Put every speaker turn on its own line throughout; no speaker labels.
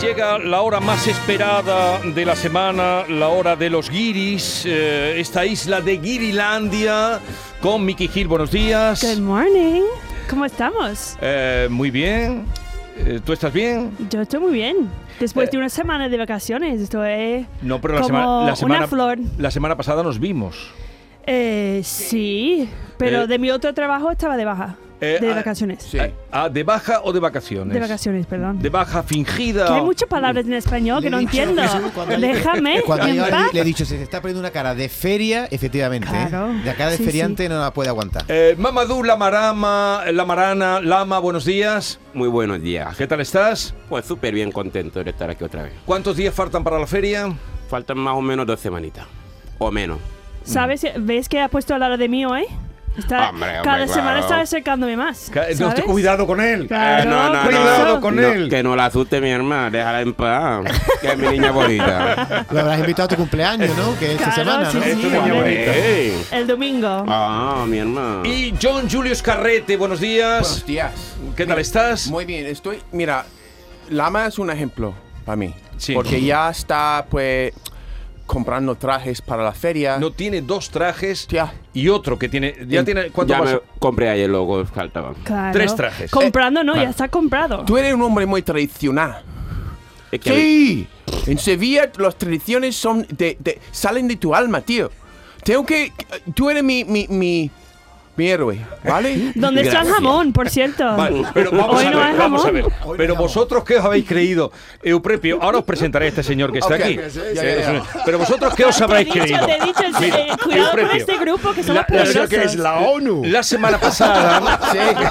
Llega la hora más esperada de la semana, la hora de los guiris, eh, esta isla de Guirilandia, con Miki Gil, buenos días.
Good morning. ¿Cómo estamos?
Eh, muy bien. Eh, ¿Tú estás bien?
Yo estoy muy bien.
Eh.
Después de una semana de vacaciones, estoy
No, pero la,
como
semana, la, semana,
una flor.
la semana pasada nos vimos.
Eh, sí, pero
Eh.
de mi otro trabajo estaba de baja.
Eh,
de
ah,
vacaciones.
Ah, ah, ¿De baja o de vacaciones?
De vacaciones, perdón.
De baja fingida.
Que hay muchas palabras en español
Le
que no
he dicho,
entiendo.
Jesús, cuando-
Déjame
Cuando
en
yo
paz.
le, le he dicho, se está poniendo una cara de feria, efectivamente. ¿eh?
Claro.
La cara de
Sí,
feriante no la puede aguantar.
Eh, Mamadou Lamarama, Lamarana, Lama, buenos días.
Muy buenos días.
¿Qué tal estás?
Pues súper bien contento de estar aquí otra vez.
¿Cuántos días faltan para la feria?
Faltan más o menos dos semanitas. O menos.
¿Sabes? ¿Ves que ha puesto al lado de mí hoy? Está,
Hombre, hombre,
cada semana
claro.
está acercándome más.
Ca- no,
¿sabes?
cuidado con él.
Claro,
Eh,
por
Cuidado
eso.
con
No,
él.
Que no la asuste mi hermana, déjala en paz. Que es mi niña
Ah,
bonita.
Lo habrás invitado a tu cumpleaños, ¿no? Que es esta semana,
Claro, sí,
¿no?
sí.
Esto es
hombre.
eh.
Ey.
El domingo.
Ah, mi hermana.
Y John Julius Carrete, buenos días.
Buenos días.
¿Qué tal estás?
Muy bien, estoy. Mira, Lama es un ejemplo para mí.
Sí.
Porque ya está, pues, comprando trajes para la feria.
No tiene dos trajes
Tía.
y otro que tiene. Ya tiene. ¿Cuánto
ya
más?
me compré ayer lo que faltaba.
Claro.
tres trajes. Eh,
Comprando, no,
vale.
ya está comprado.
Eh, Tú eres un hombre muy tradicional.
Es que
Sí. En Sevilla las tradiciones son de, de- salen de tu alma, tío. Tengo que. Tú eres mi, mi, mi, mi héroe, ¿vale?
¿Dónde está el
Gracias.
jamón, por cierto?
Vale, pero vamos
Hoy
a
no
ver,
hay
vamos a
jamón.
ver. Pero vosotros qué os habéis creído, Euprepio, ahora os presentaré a este señor que está
Ok,
aquí.
ya, ya, ya.
Pero vosotros qué os habréis
Te he dicho,
creído.
te he dicho, eh,
Mira,
cuidado con
Euprepio,
este grupo que somos
la- la-
peligrosos.
lo que es
la ONU.
La semana pasada,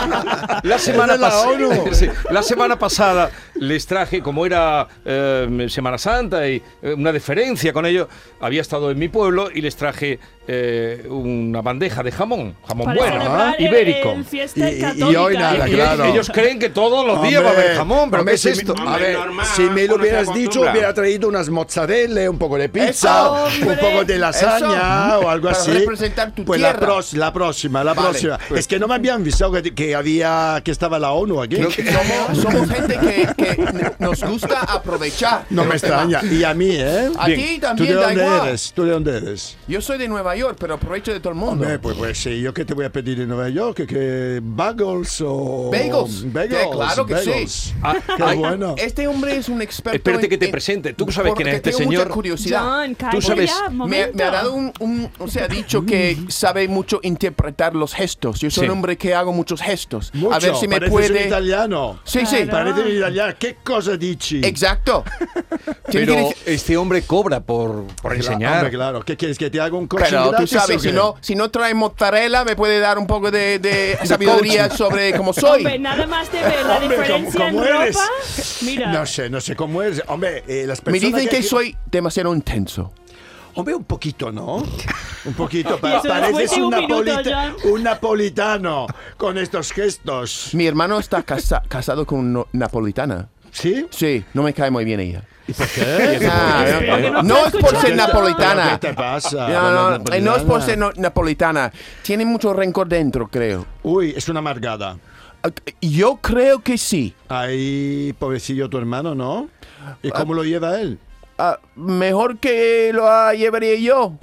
la semana
Es de la
pasada,
ONU.
la semana pasada les traje como era eh, Semana Santa y eh, una deferencia con ello. Había estado en mi pueblo y les traje eh, una bandeja de jamón, jamón
Para
bueno,
celebrar el-
ibérico.
el fiesta
Y- y- y
católica.
hoy nada,
Y
claro.
ellos creen que todos los días va a haber jamón, pero ¿qué es esto?
a ver,
normal,
si me
uno
lo
se
hubieras dicho,
acostumbra.
hubiera traído unas mozzarella, un poco de pizza,
Eso,
un poco de lasaña
Eso.
o algo
Para
así.
representar tu
pues la,
tierra.
pros- la próxima, la
Vale,
próxima.
pues.
Es que no me habían avisado que, que había que estaba la ONU aquí.
Somos, somos gente que, que n- nos gusta aprovechar.
No
de
me
los demás.
extraña. Y a mí, ¿eh?
A
Bien.
ti
¿Tú de
también da
dónde
igual.
eres? ¿Tú de dónde eres?
Yo soy de Nueva York, pero aprovecho de todo el mundo.
Hombre, pues, pues sí, yo qué te voy a pedir en Nueva York, que, que bagels o...
Bagels.
Oh, Bagels.
Que claro que sí.
bagels.
Ah,
Qué
ay,
bueno.
Este hombre es un experto.
Espérate
en-
que te
en-
presente. Tú sabes quién es
porque
este
tengo mucha
señor.
curiosidad.
John, cálmate
sabes, me-
ya,
Me,
momento.
me ha dado un, un- O sea, ha dicho que sabe mucho interpretar los gestos. Yo soy
Sí.
un hombre que hago muchos gestos.
Mucho.
A ver si me
Pareces un
puede.
italiano.
Sí, sí.
Claro.
Parece un italiano. ¿Qué cosa dici?
Exacto. ¿Quién
Pero
quiere-
este hombre cobra por, por
Claro,
enseñar.
hombre, claro. ¿Qué quieres? ¿Que te haga un coche
Pero tú
gratis o
sabes, si
qué?
no, si no trae mozzarella, me puede dar un poco de, de sabiduría sobre cómo soy.
Hombre, nada más de ver la
Hombre,
diferencia
¿cómo-
en
cómo
ropa. Mira.
No sé, no sé cómo eres. Hombre, eh, las
Me
personas
dicen que soy demasiado intenso.
Hombre, un poquito, ¿no? Un poquito.
Y
pa-
eso después
pareces
de
un,
un minuto,
napolita-
John.
un napolitano con estos gestos.
Mi hermano está casa- casado con una napolitana.
¿Sí?
Sí, no me cae muy bien ella.
¿Y por qué?
Ah,
Espero
no,
que
no,
no
no
sea
es por ser
escuchando.
napolitana.
¿Qué te pasa?
No, no,
Con la
eh, no es por ser
napolitana.
no- napolitana. Tiene mucho rencor dentro, creo.
Uy, es una amargada.
Eh, Yo creo que sí.
Ahí, pobrecillo tu hermano, ¿no? ¿Y cómo lo lleva él?
Ah, mejor que lo ah, llevaría yo.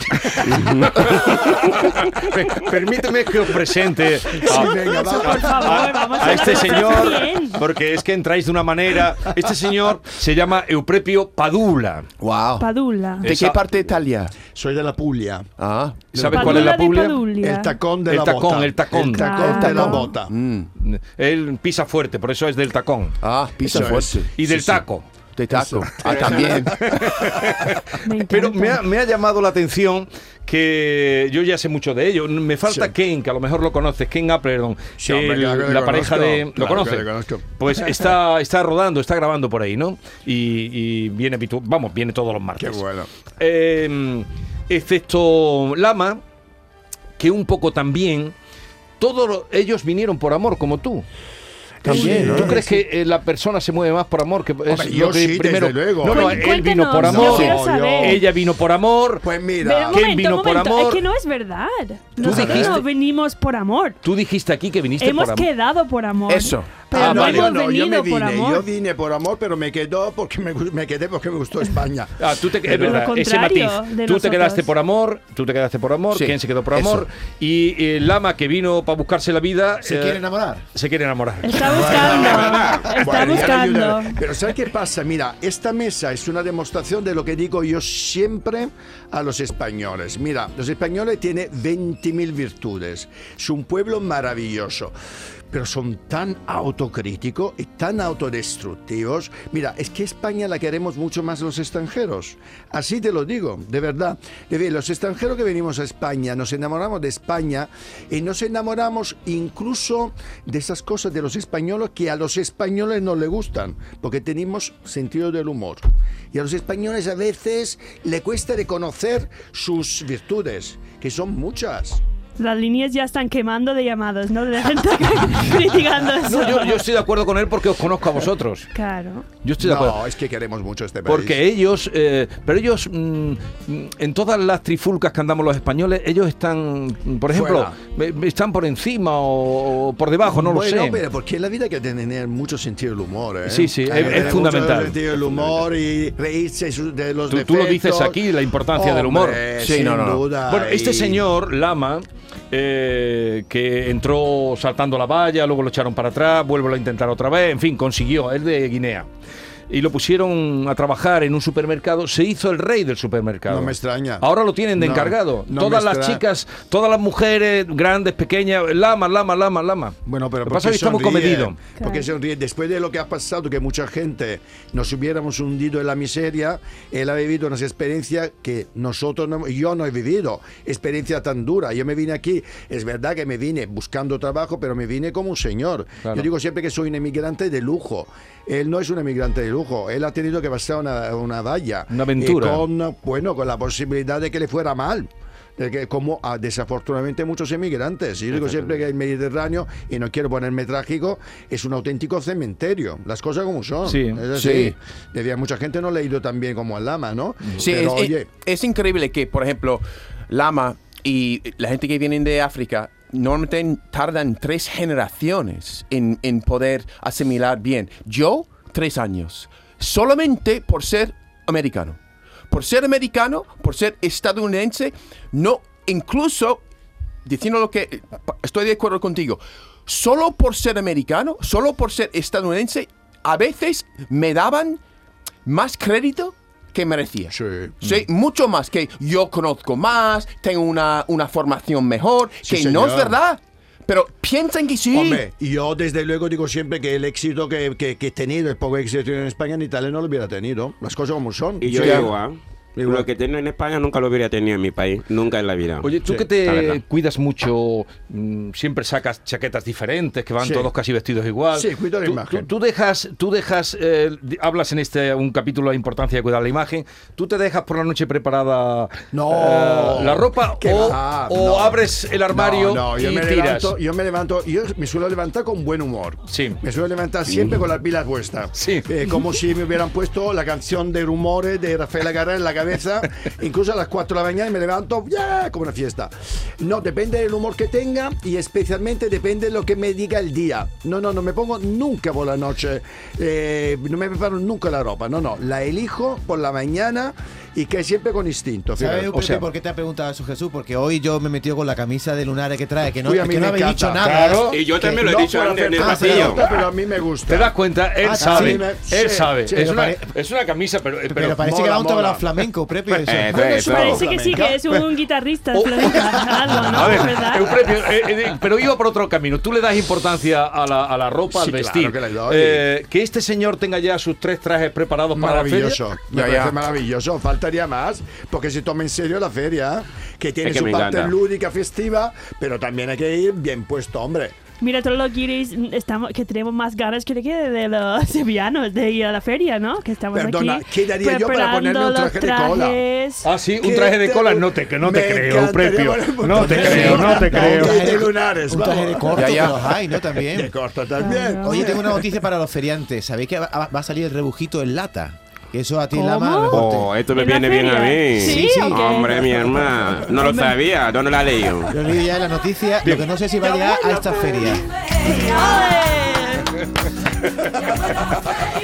Pe- Permíteme que os presente a,
venga, va.
Por favor, vamos
a
a
este
las cosas
señor,
bien.
porque es que entráis de una manera. Este señor se llama Euprepio Padula.
Wow.
Padula.
¿De qué
Esa-
parte de Italia?
Soy de la Puglia.
Ah.
¿Sabes
Padula
cuál es la
de
Puglia?
Padulia.
El tacón de
El
la
tacón,
bota.
el tacón.
El tacón de la
Claro.
bota.
Mm.
Él pisa fuerte, por eso es del tacón.
Ah, pisa
Eso es.
fuerte.
Y del taco.
de taco. Ah, también.
Me encanta.
Pero me ha, me ha llamado la atención que yo ya sé mucho de ello. Me falta
Sí.
Ken, que a lo mejor lo conoces, Ken Applerdon,
Sí, hombre,
el-
claro que le
la pareja
conozco,
de... ¿Lo
claro
conoces?
que le conozco.
Pues está, está rodando, está grabando por ahí, ¿no? Y, y viene, habitu- vamos, viene todos los martes.
Qué bueno.
Eh, excepto Lama, que un poco también... Todos ellos vinieron por amor, como tú.
También,
¿Tú
¿eh?
crees que eh, la persona se mueve más por amor? Que es
Hombre,
lo
yo
que
sí, desde
primero...
luego.
No, no,
Cuen-
él vino por
Pues cuéntanos, yo
amor.
quiero saber.
Ella vino por amor.
Pues
Pero
mira,
un
¿Quién
momento,
vino
un
por
momento,
amor?
Es que no es verdad. Nosotros
dijiste-
no venimos por amor.
Tú dijiste aquí que viniste
Hemos
por amor.
quedado por amor.
Eso.
Pero
Ah,
no
vale.
yo
hemos
no, yo me
venido por
vine, yo
amor.
vine por amor, pero me quedó porque me, gu- me quedé porque me gustó España.
Ah, tú te, es
lo
verdad, ese matiz.
contrario
Tú
de
te
nosotros.
quedaste por amor, tú te quedaste por amor,
Sí,
Ken se quedó por
eso.
amor. Y eh, Lama, que vino para buscarse la vida,
¿Se
eh,
quiere enamorar?
se quiere enamorar.
Está buscando. Está
Bueno, ya le ayudaré.
buscando.
Pero ¿sabes qué pasa? Mira, esta mesa es una demostración de lo que digo yo siempre a los españoles. Mira, los españoles tienen 20.000 virtudes. Es un pueblo maravilloso. Pero son tan autocríticos y tan autodestructivos. Mira, es que España la queremos mucho más los extranjeros. Así te lo digo, de verdad. De ver, los extranjeros que venimos a España, nos enamoramos de España y nos enamoramos incluso de esas cosas de los españoles que a los españoles no les gustan, porque tenemos sentido del humor. Y a los españoles a veces le cuesta reconocer sus virtudes, que son muchas.
Las líneas ya están quemando de llamados, ¿no? De la gente criticando
Ah,
eso.
No, yo, yo estoy de acuerdo con él porque os conozco a vosotros.
Claro.
Yo estoy de acuerdo.
No, es que queremos mucho este país.
Porque ellos, eh, pero ellos, mm, mm, en todas las trifulcas que andamos los españoles, ellos están, mm, por ejemplo, eh, están por encima o, o por debajo, no
bueno,
lo sé.
pero porque en la vida hay que tener mucho sentido del humor. ¿eh?
Sí, sí,
Hay que
es- es
tener mucho
fundamental.
sentido del humor y reírse su- de los
Tú- tú lo dices
defectos.
aquí, la importancia del humor.
Hombre,
Sí,
sin
no, no, no.
duda,
Bueno, este
y-
señor, Lama, eh, que entró saltando la valla, luego lo echaron para atrás, vuelve a intentar otra vez, en fin, consiguió, es de Guinea. Y lo pusieron a trabajar en un supermercado, se hizo el rey del supermercado.
No me extraña.
Ahora lo tienen de
No,
encargado.
no
todas
me
las
extra-
chicas, todas las mujeres, grandes, pequeñas, Lama, Lama, Lama, Lama.
Bueno, pero
lo que pasa es que está muy
estamos
comedido.
Porque
Claro.
sonríe. Después de lo que ha pasado, que mucha gente nos hubiéramos hundido en la miseria, él ha vivido unas experiencias que nosotros no, yo no he vivido. Experiencia tan dura. Yo me vine aquí, es verdad que me vine buscando trabajo, pero me vine como un señor.
Claro.
Yo digo siempre que soy un emigrante de lujo. Él no es un emigrante de lujo. Él ha tenido que pasar una, una valla. Eh,
Una aventura.
Y con, bueno, con la posibilidad de que le fuera mal. de que- como a, desafortunadamente muchos emigrantes. Yo digo siempre que el Mediterráneo, y no quiero ponerme trágico, es un auténtico cementerio. Las cosas como son.
Sí,
es así.
sí.
Debía- mucha gente no le ha ido tan bien como al Lama, ¿no?
Sí,
Pero,
es, es-
oye,
es increíble que, por ejemplo, Lama y la gente que vienen de África normalmente tardan tres generaciones en, en poder asimilar bien. Yo, tres años. Solamente por ser americano. Por ser americano, por ser estadounidense, no, incluso diciendo lo que eh, pa- estoy de acuerdo contigo, solo por ser americano, solo por ser estadounidense, a veces me daban más crédito que merecía.
Sí. Mm.
Sí, mucho más que yo conozco más, tengo una, una formación mejor,
Sí,
que no es
señor.
verdad. Pero piensan que sí.
hombre, yo desde luego digo siempre que el éxito que, que- que he tenido, el poco éxito que he tenido en España, en Italia no lo hubiera tenido. Las cosas como son.
Y yo
Sí.
igual.
Igual.
Lo que tengo en España nunca lo hubiera tenido en mi país. Nunca en la vida.
Oye, tú
Sí,
que
la verdad.
te cuidas mucho, mm, siempre sacas chaquetas diferentes, que van
Sí.
todos casi vestidos igual.
Sí, cuido la
Tú-
imagen.
Tú, tú dejas, tú dejas, eh, di- hablas en este un capítulo de la importancia de cuidar la imagen. ¿Tú te dejas por la noche preparada
No.
eh, la ropa
¿Qué
o,
va?
o
No.
abres el armario
No, no, yo
y
me
tiras?
Levanto, yo me levanto, yo me suelo levantar con buen humor.
Sí.
Me suelo levantar siempre con las pilas puestas.
Sí.
Eh, como si me hubieran puesto la canción de rumores de Rafael Agarra en la cabeza, incluso a las 4 de la mañana y me levanto ya como una fiesta. No, depende del humor que tenga y especialmente depende de lo que me diga el día. No, no, no me pongo nunca por la noche, eh, no me preparo nunca la ropa, no, no, la elijo por la mañana y que siempre con instinto.
¿Sabes,
fíjate.
Pepe,
sea-
por qué te ha preguntado eso Jesús? Porque hoy yo me he metido con la camisa de lunares que trae, que no,
Uy, a mí
que no
me
habéis
encanta.
dicho nada.
Claro.
Y yo también lo he
No
dicho
por
antes en el
hacer- Ah, se
pasillo.
nota, pero a mí me gusta.
Te das cuenta, él
Ah,
sabe,
sí, me-
él
sí,
sabe.
sí,
es,
pero
una,
pare-
es una camisa, pero,
Pero,
pero
parece
mola,
que va un toque a
mola.
los flamenco propio de
Eh,
eso.
eso es, eso.
Parece que sí, que es un guitarrista de flamenca, algo,
Oh. A
¿no?
ver, es un
¿Verdad?
premio, eh, eh, pero iba por otro camino. Tú le das importancia a la, a la ropa,
Sí,
al
claro
vestir.
que le doy.
Eh, que este señor tenga ya sus tres trajes preparados para la feria.
Maravilloso, me
Ya, ya.
parece maravilloso, faltaría más, porque se toma en serio la feria, que tiene
Es que
su
me
parte
encanta.
lúdica, festiva, pero también hay que ir bien puesto, hombre.
Mira, todos los guiris mm, estamos, que tenemos más ganas que de, que de los sevillanos de ir a la feria, ¿no? Que estamos
Perdona,
aquí.
¿qué daría yo para
preparando
ponerme un
los
traje de cola?
trajes.
Ah, sí, un
¿Qué
traje de
te-
cola. No te, que no te
Me
creo,
encantaría
Prepio.
ponerme un
No te
traje de
creo, no te
cola.
creo.
Un traje de lunares,
Un traje
vamos.
de corto,
Ya, ya.
pero hay, ¿no?
De
También.
corta también.
Claro.
Oye, tengo una noticia para los feriantes. ¿Sabéis que va va a salir el rebujito en lata? Que eso a ti, Lama,
¿Cómo?
lo corte.
Oh, esto me
¿En la
viene bien a
feria?
mí.
Sí, ¿o qué?
Hombre, mi hermano. No lo sabía. ¿Dónde la leí?
Lo he leído ya en la noticia, lo que no sé si va a llegar a esta feria.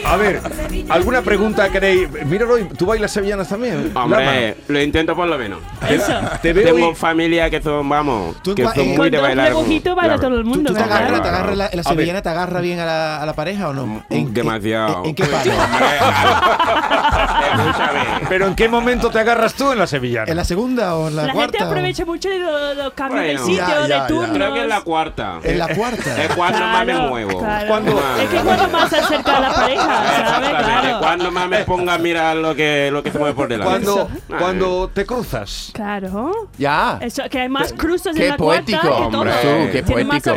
A ver, ¿alguna pregunta queréis? Míralo, ¿tú bailas sevillanas también? Lama.
Hombre, lo intento por lo menos.
Eso.
Te veo
Tengo
y-
familia que son, vamos,
Tú
que
ba-
son
eh,
muy de
Cuando un
bailar.
rebujito baila
Claro.
todo el
¿Tú,
mundo,
tú te
Hombre,
agarras,
claro.
te
¿verdad?
agarras la, la
A ver.
sevillana, te agarra bien a la, a la pareja o no?
Mm, demasiado.
en- en qué palo?
Escúchame.
Pero ¿en qué momento te agarras tú en la sevillana?
¿En la segunda o en la,
La
cuarta?
gente
o-
aprovecha mucho de lo- los cambios de
Bueno,
sitio,
ya, ya, ya.
de turnos.
Creo que es la cuarta.
En la
Es
cuarta.
cuando más me
Claro,
muevo.
claro.
Cuando-
Es que cuando más se acerca a la pareja, ¿sabes?
Exactamente.
Claro.
Cuando más me ponga a mirar lo que, lo que se mueve por delante.
Cuando,
Ah,
cuando te cruzas.
Claro.
Ya.
Eso, que hay más cruces
Qué
en la cuarta
poético,
que todo.
hombre.
Tú, qué
Tiene más
poético.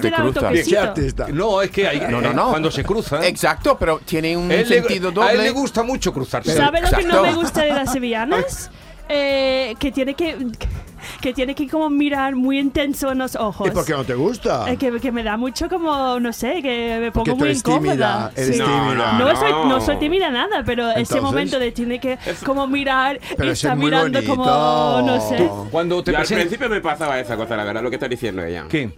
Qué
del
cruzas.
Qué
autoquecito.
artista.
No, es que hay, eh,
No, no, no.
cuando se cruzan.
Exacto, pero tiene un
a él le-
sentido
A él
doble.
le gusta mucho cruzarse.
¿Sabes lo que no
Exacto.
me gusta de las sevillanas? Eh, que tiene que que tiene que como mirar muy intenso en los ojos.
¿Y por qué no te gusta?
Eh, que, que me da mucho como, no sé, que me
Porque
pongo
tú
muy
eres tímida.
incómoda.
Eres
Sí.
tímida.
No,
No,
Ah,
soy,
no.
no soy tímida nada, pero ese
Entonces,
momento de tiene que como mirar y
pero eso
está
es muy
mirando como, oh, no
bonito.
sé,
Cuando te
Y al
presentas.
principio me pasaba esa cosa, la verdad, lo que está diciendo ella.
¿Qué?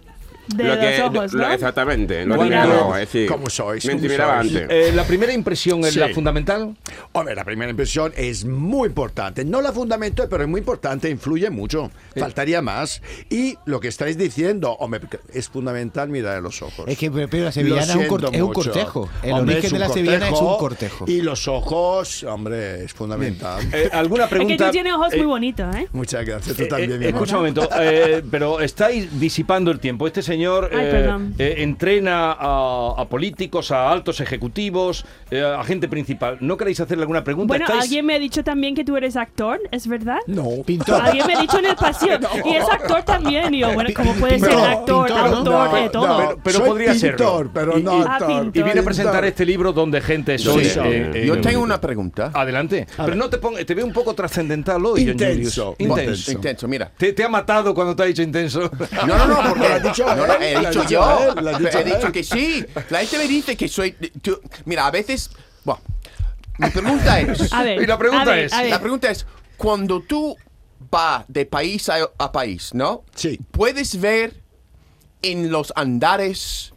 de
lo que,
los ojos,
lo-
¿no?
exactamente. Lo que
Mirada.
no, es decir,
¿Cómo sois?
Me
¿Cómo
intimidaba
sois?
antes.
Eh, la primera impresión es
Sí.
la fundamental.
Hombre, la primera impresión es muy importante. No la fundamental, pero es muy importante, influye mucho. Faltaría más. Y lo que estáis diciendo, hombre, es fundamental mirar en los ojos.
Es que pero la
Lo
sevillana es un,
siento
cor- es un
mucho.
cortejo. El
Hombre,
origen
es
de
un
la sevillana es un
cortejo,
cortejo.
Y los ojos, hombre, es fundamental.
Eh, ¿Alguna
Es
pregunta?
que tú tienes ojos
Eh,
muy bonitos, ¿eh?
Muchas gracias, tú
eh,
también. mi
eh, escucha un
amor.
momento, eh, pero estáis disipando el tiempo. Este señor
Ay,
eh,
perdón.
eh, entrena a, a políticos, a altos ejecutivos, eh, a gente principal. ¿No queréis hacerle alguna pregunta?
Bueno,
Estáis-
alguien me ha dicho también que tú eres actor, ¿es verdad?
No.
Pintor.
Alguien me ha dicho en el pasillo. Y es actor también. Y yo, bueno, ¿cómo puede ser
Pintor,
actor,
pintor, ¿no?
autor,
No,
eh,
de todo?
no,
Pero, pero
Soy
podría ser.
pintor, pero no
actor.
Y, viene a presentar
Pintor.
este libro donde gente
Sí.
soy. eh,
Sí. Yo tengo una pregunta.
Adelante. Pero no te pongas, te veo un poco trascendental hoy, John
Intenso.
Julius.
Intenso.
Intenso.
Intenso, mira.
Te, te ha matado cuando te ha dicho intenso.
No, no, no, porque
Lo ha dicho
no, no, he
él, lo ha
dicho
dicho
yo.
él, lo ha dicho
he dicho
él.
que sí. La gente me dice que soy. tú- mira, a veces. Bueno, mi pregunta es.
A ver.
Y la pregunta
a ver,
es,
a ver.
La pregunta es, cuando tú vas de país a, a país, ¿no?
Sí.
¿Puedes ver en los andares,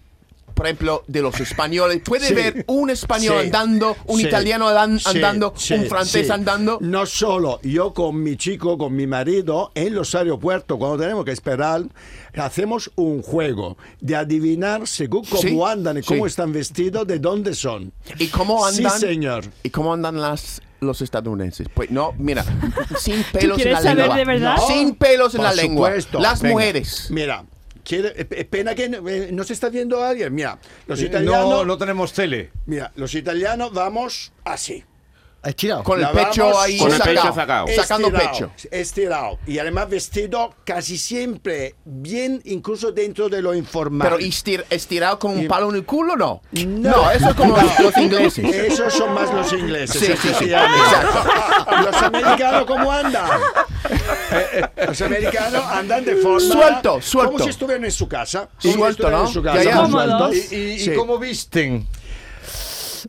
por ejemplo, de los españoles, puedes
Sí.
ver un español
Sí.
andando, un
Sí.
italiano andan-
Sí.
andando,
Sí.
un francés
Sí.
andando?
No solo, yo con mi chico, con mi marido, en los aeropuertos, cuando tenemos que esperar, hacemos un juego de adivinar según cómo
Sí.
andan y cómo
Sí.
están vestidos, de dónde son.
¿Y cómo
Sí,
andan?
señor.
¿Y cómo andan las los estadounidenses? Pues no, mira, sin pelos en
quieres
la
saber
lengua.
de verdad?
No,
Sin pelos en
por
la lengua.
supuesto.
Las
Venga.
mujeres.
Mira, quiere- eh, pena que no, eh, no se está viendo alguien. Mira, los italianos,
Eh, no, no tenemos tele.
mira, los italianos vamos así.
Estirado.
Con el
La
pecho
vamos
ahí
Con el pecho
sacado,
sacado.
Sacando
estirado,
pecho.
Estirado. Y además vestido casi siempre bien, incluso dentro de lo informal.
Pero estir- estirado con
Y-
un palo en el culo, no.
No.
eso es como los, los ingleses.
Esos son más los ingleses.
Sí,
esos
sí, sí.
llaman.
Exacto.
Los americanos, ¿cómo andan? Eh, Los americanos andan de forma.
Suelto, suelto.
Como si estuvieran en su casa. Como si
Suelto,
estuvieran
¿no?
En su casa.
Ya, ya.
Como
Cómodos.
sueltos.
¿Y, y
Sí.
cómo visten?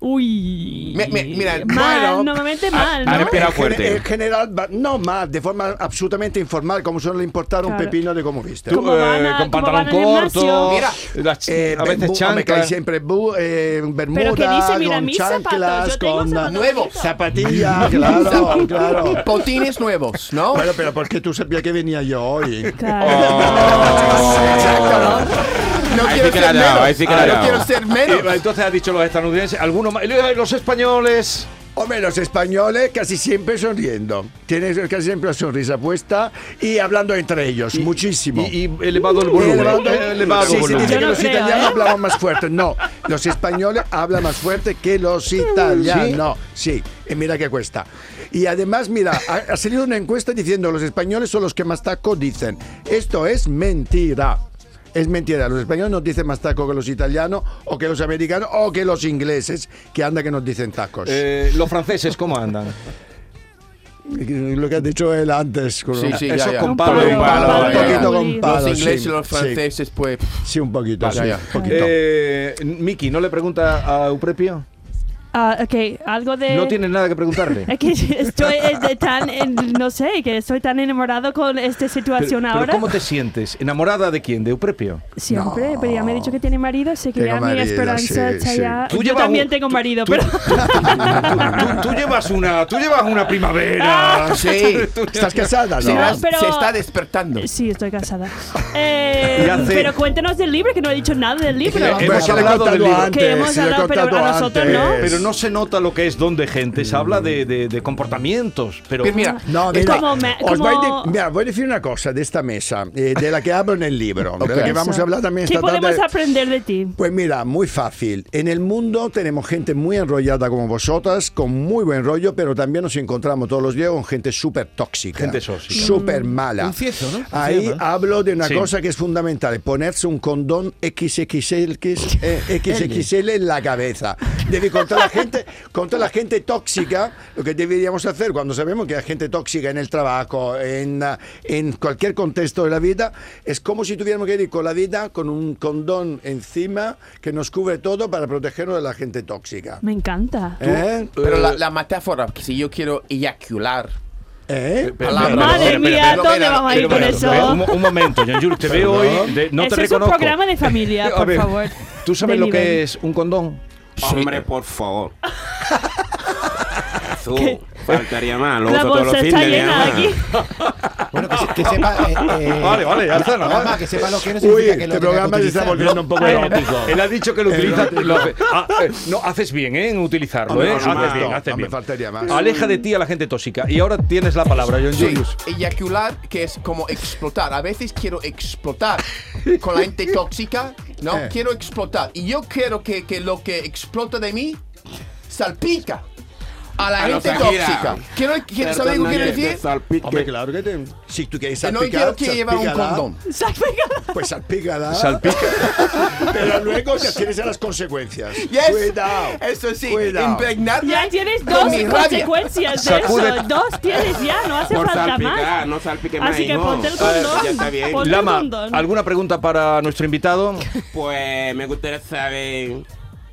Uy.
Mi- mi- mira,
mal,
bueno,
normalmente
Ah,
mal, ¿no?
han empezado
En gen-
fuerte.
En general, va- no más, de forma absolutamente informal, como suele importar un
Claro.
pepino de cómo viste.
¿Cómo van a-
eh, con
cómo
pantalón
van al gimnasio?
corto,
Mira,
las-
Eh,
a veces
bermu- me
chanclas.
cae siempre bu, eh, bermuda,
Pero que dice, mira,
con
mis zapatos,
chanclas,
yo tengo
con
zapatos
nuevos.
zapatillas, claro, claro.
Potines nuevos, ¿no?
Bueno, pero porque tú sabías que venía yo hoy.
Oh. Ah,
Exacto, ¿no? No
Ahí
quiero
sí que la
ser
he dado,
menos.
ahí sí que la he
no
dado.
quiero ser
Eh,
menos.
entonces has dicho los estadounidenses, algunos más. y Los españoles.
Hombre, los españoles casi siempre sonriendo. Tienes casi siempre la sonrisa puesta y hablando entre ellos, muchísimo.
Y, y elevado el volumen.
Elevando-
eh, elevado
Sí, se
volumen.
dice que
Yo no
los
creo,
italianos
¿eh?
hablaban más fuerte. No, los españoles hablan más fuerte que los italianos. Sí, y mira qué cuesta. Y además, mira, ha, ha salido una encuesta diciendo los españoles son los que más taco dicen. Esto es mentira. Es mentira, los españoles nos dicen más taco que los italianos, o que los americanos, o que los ingleses, que anda que nos dicen tacos.
Eh, los franceses, ¿cómo andan?
Lo que has dicho él antes. con-
Sí, sí, ya,
Eso
ya.
con
Con
palo,
palo,
con
palo,
¿eh?
palo, un
ya,
poquito
ya.
con
Los
palo.
los ingleses
sí,
y los
sí.
franceses, pues. pff,
Sí, un poquito.
Vale,
sí,
ya.
un poquito.
Eh, Miki, ¿no le pregunta a Euprepio?
Ah, ok, algo de...
No tienes nada que preguntarle.
Es que estoy es de tan, en- no sé, que estoy tan enamorado con esta
Pero-
situación
pero
ahora.
¿Cómo te sientes? ¿Enamorada de quién? ¿De Euprepio?
Siempre, pero ya me he dicho que tiene marido, así que
Tengo
ya mi
marido,
esperanza
sí,
está
sí.
ya...
Tú
Yo
llevas
también
un-
tengo marido,
tú-
pero...
Tú, tú llevas una, tú llevas una primavera.
Sí.
Tú-
¿Estás casada?
se, va-
No.
Ah. pero-
se está despertando.
Sí, estoy casada. Eh,
Y hace-
Pero cuéntenos del libro, que no he dicho nada del libro.
Eh, hemos
Bueno, lo he
hablado del
contado
libro.
antes,
Que hemos
sí, lo he
hablado, pero
contado
a nosotros
antes.
no.
Pero no se nota lo que es don de gente, se habla de, de- de comportamientos. Pero,
Pero mira,
No,
Ah, Es
mira,
como me-
os
como-
voy, a de- mira, voy a decir una cosa de esta mesa, eh, de la que hablo en el libro, de la que vamos a hablar también
¿Qué
esta tarde.
podemos aprender de ti?
Pues mira, muy fácil. En el mundo tenemos gente muy enrollada como vosotras, con muy buen rollo, pero también nos encontramos todos los días con gente súper tóxica.
Gente sósica.
Súper mala.
Mm. Un fiezo, ¿no?
Ahí hablo de una
Sí.
cosa que es fundamental, ponerse un condón XXL, que es, eh, XXL en la cabeza. Debe contra la gente, contra la gente tóxica, lo que deberíamos hacer cuando sabemos que hay gente tóxica en el trabajo, en, ah, en cualquier contexto de la vida, es como si tuviéramos que ir con la vida con un condón encima que nos cubre todo para protegernos de la gente tóxica.
Me encanta.
¿Eh?
Pero la, la metáfora, que si yo quiero eyacular.
¿Eh?
Pero-
palabra-
pero-
Madre
pero-
mía,
pero-
¿dónde
pero-
vamos a ir
pero-
con
pero-
eso?
pero- Un, un momento, John Jules, te veo hoy. de- no
Ese
te
es un
reconozco.
programa de familia,
A
por
ver,
favor.
¿Tú sabes
De
lo que
nivel.
es un condón?
Hombre, por favor. Azul.
¿Qué?
Faltaría más. Lo
La
uso todos los
bolsa
fines
está
de
llena
semana.
aquí.
Bueno, que, se- que sepa. eh, eh,
Ah, Vale, vale, ya está,
nada
nada.
más, que sepa lo que no
Uy,
significa que lo
este
tenga que
programa se está
utilizar.
volviendo un poco
Ay,
erótico.
Él ha dicho que lo utiliza. lo hace- ah, eh, no, haces bien ¿eh? en utilizarlo.
Hombre,
¿eh?
por
Haces
supuesto.
bien, haces
No me
bien.
faltaría más.
Aleja de ti a la gente tóxica. Y ahora tienes la palabra, John
Sí,
Julius.
eyacular, que es como explotar. A veces quiero explotar con la gente tóxica, ¿no?
Eh.
Quiero explotar. Y yo quiero que, que lo que explota de mí salpica a la
Ah,
A los
gente
Shakira.
tóxica. Quiero, quiero- ¿Sabes lo que quiero decir?
Hombre, claro que te- Si tú quieres
Que no
salpicar,
quiero que llevar un
salpícala.
condón.
Pues salpícala.
Salpica.
Pero luego te tienes a las consecuencias.
Yes.
Cuidado.
Eso sí,
Cuidado.
impregnarme
Ya tienes
con
dos
mi rabia.
consecuencias de
Sacude-
eso. Dos tienes ya, no hace
Por
falta
salpicar,
más.
no salpique más.
Así que
hijo.
ponte el
Eh, Ya está
condón.
bien.
Ponte el
Lama,
condón.
¿alguna pregunta para nuestro invitado?
Pues me gustaría saber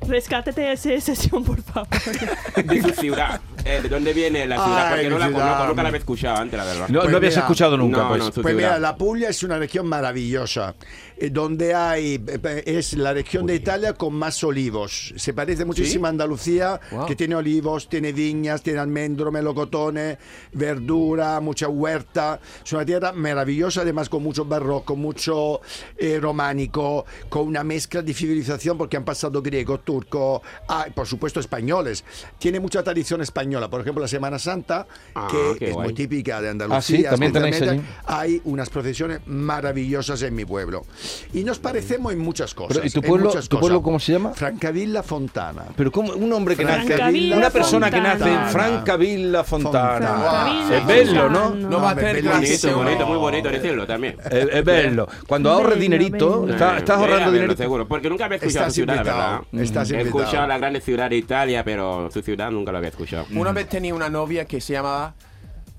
Rescátate de esa sesión, por favor.
de su ciudad. Eh, ¿De dónde viene la ciudad?
Ay,
Porque no la
mi
conozco,
ciudad.
nunca la había escuchado antes, la verdad.
No,
Pues
no habías
mira,
escuchado nunca,
no,
pues.
no, su
Pues
ciudad.
mira, la Puglia es una región maravillosa, eh, donde hay, eh, es la región de Italia con más olivos. Se parece muchísimo a Andalucía, que tiene olivos, tiene viñas, tiene almendro, melocotones, verdura, mucha huerta. Es una tierra maravillosa, además con mucho barroco, mucho eh, románico, con una mezcla de civilización, porque han pasado griegos, turcos, ah, y por supuesto españoles. Tiene mucha tradición española, por ejemplo, la Semana Santa,
Ah,
que
qué
es muy
guay.
típica de Andalucía.
Ah, sí, también tenéis
especialmente.
allí.
Hay unas procesiones maravillosas en mi pueblo. Y nos parecemos en muchas cosas.
Pero, ¿y tu
en
pueblo-
muchas
tu
cosas.
pueblo cómo se llama?
Francavilla Fontana.
Pero como un hombre que nace,
Francavilla
una persona que nace en
Fontana.
Francavilla Fontana.
Francavilla
Es bello, ¿no?
Fontana.
No va a tener
Hombre,
gracia.
Bonito,
Buenísimo.
bonito, muy bonito decirlo también.
Es, es bello. Cuando ahorres
Bello,
dinerito,
bello.
está- estás
Eh, era
ahorrando
verlo,
dinerito. Mm.
seguro, porque nunca había escuchado
Estás
su ciudad, la
invitado,
verdad.
estás
He
invitado.
escuchado la gran ciudad de Italia, pero su ciudad nunca lo había escuchado.
Una vez tenía una novia que se llamaba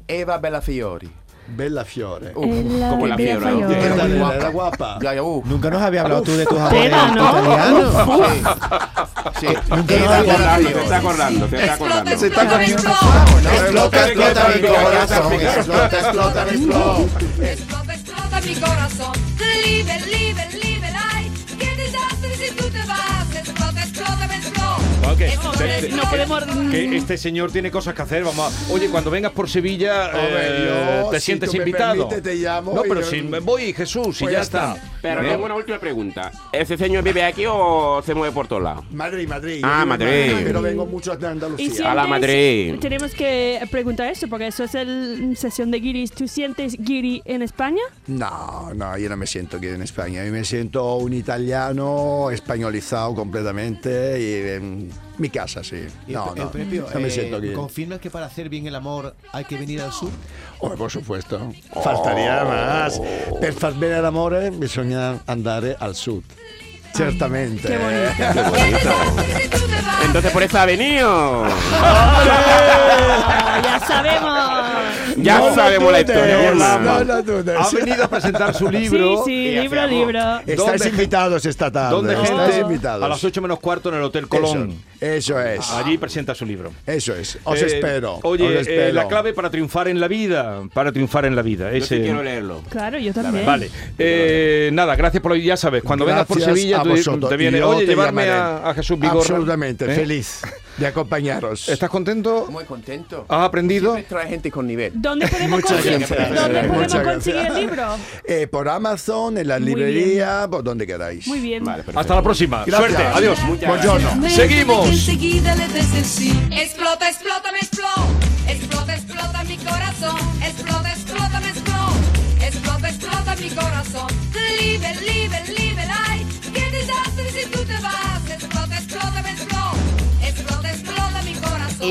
Eva Bellafiori.
Bella Fiore.
como la fiebre, ¿no?
¿Qué
era
tal
muy
era?
guapa.
Era guapa.
Ya, ya, uh,
Nunca nos había hablado tú de tus amores
Tela, ¿no?
italianos. Nunca
sí.
Se
nos
está
había
acordando,
hablado.
se está acordando, se está acordando.
Se está comiendo un clavo, ¿no?
Explota, explota mi corazón. Explota, explota, explota.
Esplota, esplota mi corazón. Liber, liber, liber, ay. Qué desastre si tú te vas. Esplota, esplota, me explota.
Ok, que,
Hombre,
que-
no
que-
podemos-
que este señor tiene cosas que hacer. Vamos a- Oye, cuando vengas por Sevilla,
Hombre,
eh,
yo,
te
si
sientes
tú me
invitado.
permites, te llamo
no,
y
pero
yo-
si me voy, Jesús, y
Pues
ya
ya
está.
está.
Pero
¿Eh?
tengo una última pregunta. ¿Ese señor vive aquí o se mueve por todos lados?
Madrid, Madrid.
Ah,
Yo vivo en
Madrid.
Pero vengo mucho a Andalucía.
Y sientes-
A la Madrid.
Tenemos que preguntar eso, porque eso es el sesión de guiris. ¿Tú sientes guiri en España?
No, no, yo no me siento aquí en España. Yo me siento un italiano españolizado completamente y en mi casa, sí.
Y
No,
en
no,
principio,
no me
eh,
siento aquí.
¿Confirmas que para hacer bien el amor hay que venir al sur?
Oh, por supuesto. Oh. Faltaría más. Per far bene l'amore bisogna andare al sud. Certamente.
Qué bonito.
Qué bonito.
Si tú te vas,
Entonces por eso ha venido.
Ah, ya sabemos.
Ya
No lo
sabemos la
dudes,
historia,
No
hermano.
lo dudes.
Ha venido a presentar su libro.
sí, sí,
¿qué
libro,
hacemos?
libro.
Estáis
¿Dónde-
invitados esta tarde.
¿Dónde
Estáis
gente?
invitados.
A las Ah, 8 menos cuarto en el Hotel Colón.
Eso, eso es.
Allí presenta su libro.
Eso es. Os
Eh,
espero.
Oye,
os
eh,
espero.
la clave para triunfar en la vida. Para triunfar en la vida.
Yo sí
Ese-
quiero leerlo.
Claro, yo también.
Vale, eh, nada, gracias por hoy. Ya sabes, cuando vengas por
Gracias
Sevilla,
a
tú
vosotros.
te vienes.
Yo
Oye,
te
llevarme
llamaré.
a, a Jesús Vigorra.
Absolutamente,
¿Eh?
feliz de acompañaros.
¿Estás contento?
Muy contento.
¿Has aprendido?
Siempre trae gente con nivel.
¿Dónde podemos conseguir,
gracias.
¿dónde
Muchas
podemos
gracias.
conseguir el libro?
Eh, por Amazon, en la
Muy
librería, por donde queráis.
Muy bien.
Vale, perfecto.
Hasta la próxima.
Gracias. Pues
Suerte. Adiós.
Muchas
Buongiorno.
gracias.
Seguimos.
que enseguida le des el sí. Explota, explota, me explota. Explota, explota mi corazón. Explota, explota, me explota. Explota, explota mi corazón. Live, live, live, ay. Qué desastre si tú te vas. Explota, explota, me explota. Explota, explota mi corazón.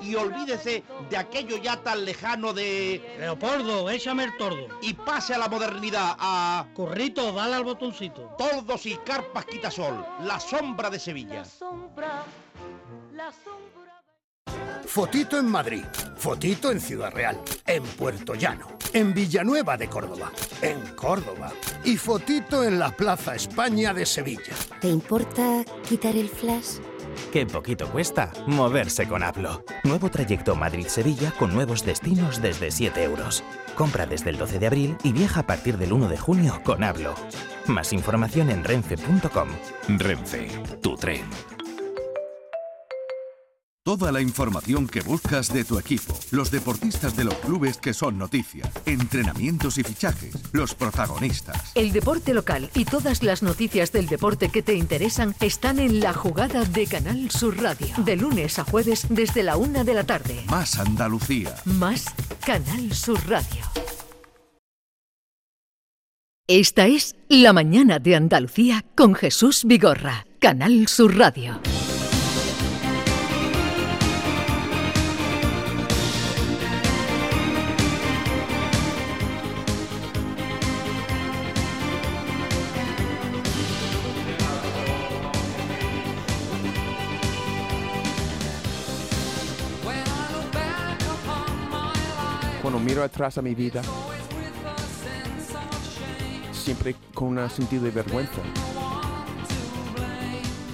Y olvídese de aquello ya tan lejano de.
Leopoldo, échame el tordo.
Y pase a la modernidad, a
Corrito, dale al botoncito.
Tordos y Carpas Quitasol, la sombra de Sevilla.
Fotito en Madrid, fotito en Ciudad Real, en Puerto Llano, en Villanueva de Córdoba, en Córdoba y fotito en la Plaza España de Sevilla.
¿Te importa quitar el flash?
Qué poquito cuesta moverse con Aplo. Nuevo trayecto Madrid-Sevilla con nuevos destinos desde 7 euros. Compra desde el 12 de abril y viaja a partir del 1 de junio con Hablo. Más información en renfe.com.
Renfe, tu tren.
Toda la información que buscas de tu equipo, los deportistas de los clubes que son noticia, entrenamientos y fichajes, los protagonistas.
El deporte local y todas las noticias del deporte que te interesan están en la jugada de Canal Sur Radio. De lunes a jueves desde la una de la tarde.
Más Andalucía.
Más Canal Sur Radio. Esta es La Mañana de Andalucía con Jesús Vigorra, Canal Sur Radio.
Cuando miro atrás a mi vida, siempre con un sentido de vergüenza.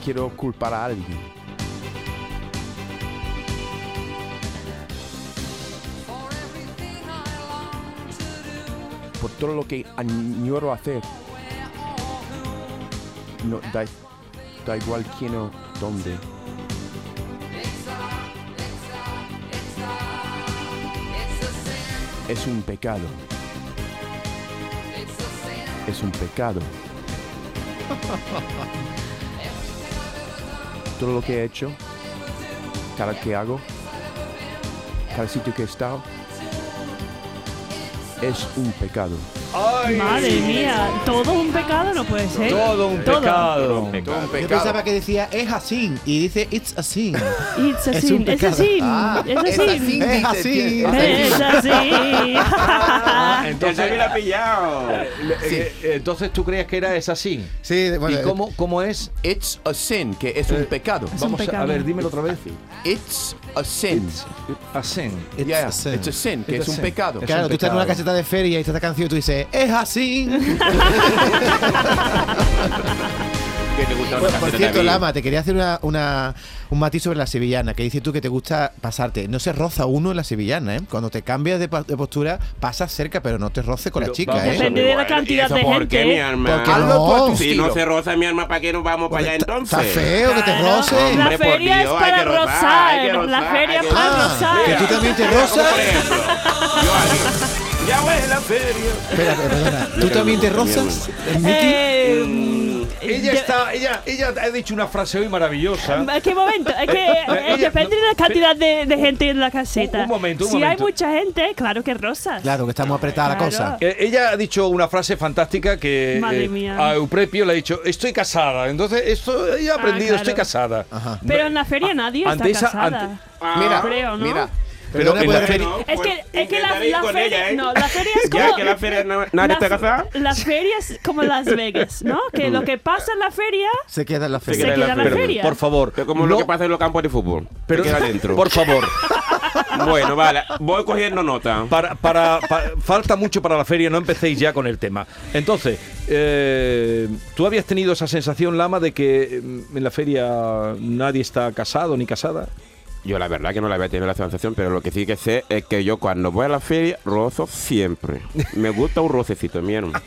quiero culpar a alguien. Por todo lo que añoro hacer. No, da, da igual quién o dónde. Es un pecado. Es un pecado. Todo lo que he hecho, cada que hago, cada sitio que he estado, es un pecado.
Madre mía, todo un pecado no puede ser. Todo.
un pecado. Todo un
Yo
pecado.
pensaba que decía es así y dice it's así.
It's a
Es
sin,
un
es a
pecado.
sin,
Ah,
es a
es
sin.
así, es así.
Es Ah, así.
Entonces,
me la ha pillado.
eh, Entonces tú creías que era es así.
Sí, eh,
¿Y cómo, cómo es?
It's a sin, que es un pecado.
un vamos a- pecado. a ver, dímelo otra vez.
It's a sin.
a sin.
It's, a, sin. it's a sin, que
It's
es
a
un
sin.
pecado.
Claro, tú estás en una caseta de feria y está esta canción y tú dices es así.
Que te gusta
Por,
una
por
caseta
cierto,
de
Lama, te quería hacer una, una- un matiz sobre la sevillana, que dices tú que te gusta pasarte. No se roza uno en la sevillana, ¿eh? Cuando te cambias de, pa- de postura, pasas cerca, pero no te roces con la chica, ¿eh?
Depende de la cantidad de gente.
¿Por qué, mi alma?
Porque Hazlo no. tú a tu
si
estilo.
no se roza mi alma, ¿para qué nos vamos para allá entonces?
Está feo que te roces.
La
Hombre, por
feria es
Dios, hay
para
que rozar, hay que
rozar. La
rozar,
feria
hay
es
que
para
rozar.
rozar.
Que tú también te rozas.
Ya voy a la feria.
Espera, perdona. ¿Tú también te rozas?
Eh,
Ella está, ella, ella ha dicho una frase hoy maravillosa.
¿A ¿Qué momento? Es que eh,
Ella-
depende de la cantidad de, de gente en la caseta.
Un- un momento, un
si
momento.
hay mucha gente, claro que rosas.
Claro, que estamos apretadas
Claro.
la cosa.
Eh, Ella ha dicho una frase fantástica que
Madre
eh,
mía.
a Euprepio le ha dicho, estoy casada. Entonces, esto ella ha
Ah,
aprendido,
claro.
estoy casada.
Pero en la feria nadie
ante
está
esa-
casada.
ante-
Mira, creo, ¿no?
Mira,
Pero
Perdona
en
por
la
referir-
No,
Es
pues,
que, es que la,
intentaré ir
la
con
feria,
ella, ¿eh?
no, la feria es como
Ya que la feria no, nadie
la
está
fe-
casada.
la feria es como Las Vegas, ¿no? Que
Mm.
lo que pasa en la feria
Se queda en la
se
feria.
queda en la
feria.
feria.
Por favor.
Es como
no-
lo que pasa en los campos de fútbol. Pero
pero-
queda dentro.
Por favor.
Bueno, vale. Voy cogiendo nota.
Para, para- pa- falta mucho para la feria, no empecéis ya con el tema. Entonces, eh, ¿tú habías tenido esa sensación, Lama, de que mm, en la feria nadie está casado ni casada?
Yo la verdad que no la había tenido la sensación, pero lo que sí que sé es que yo cuando voy a la feria rozo siempre. Me gusta un rocecito, mi hermano.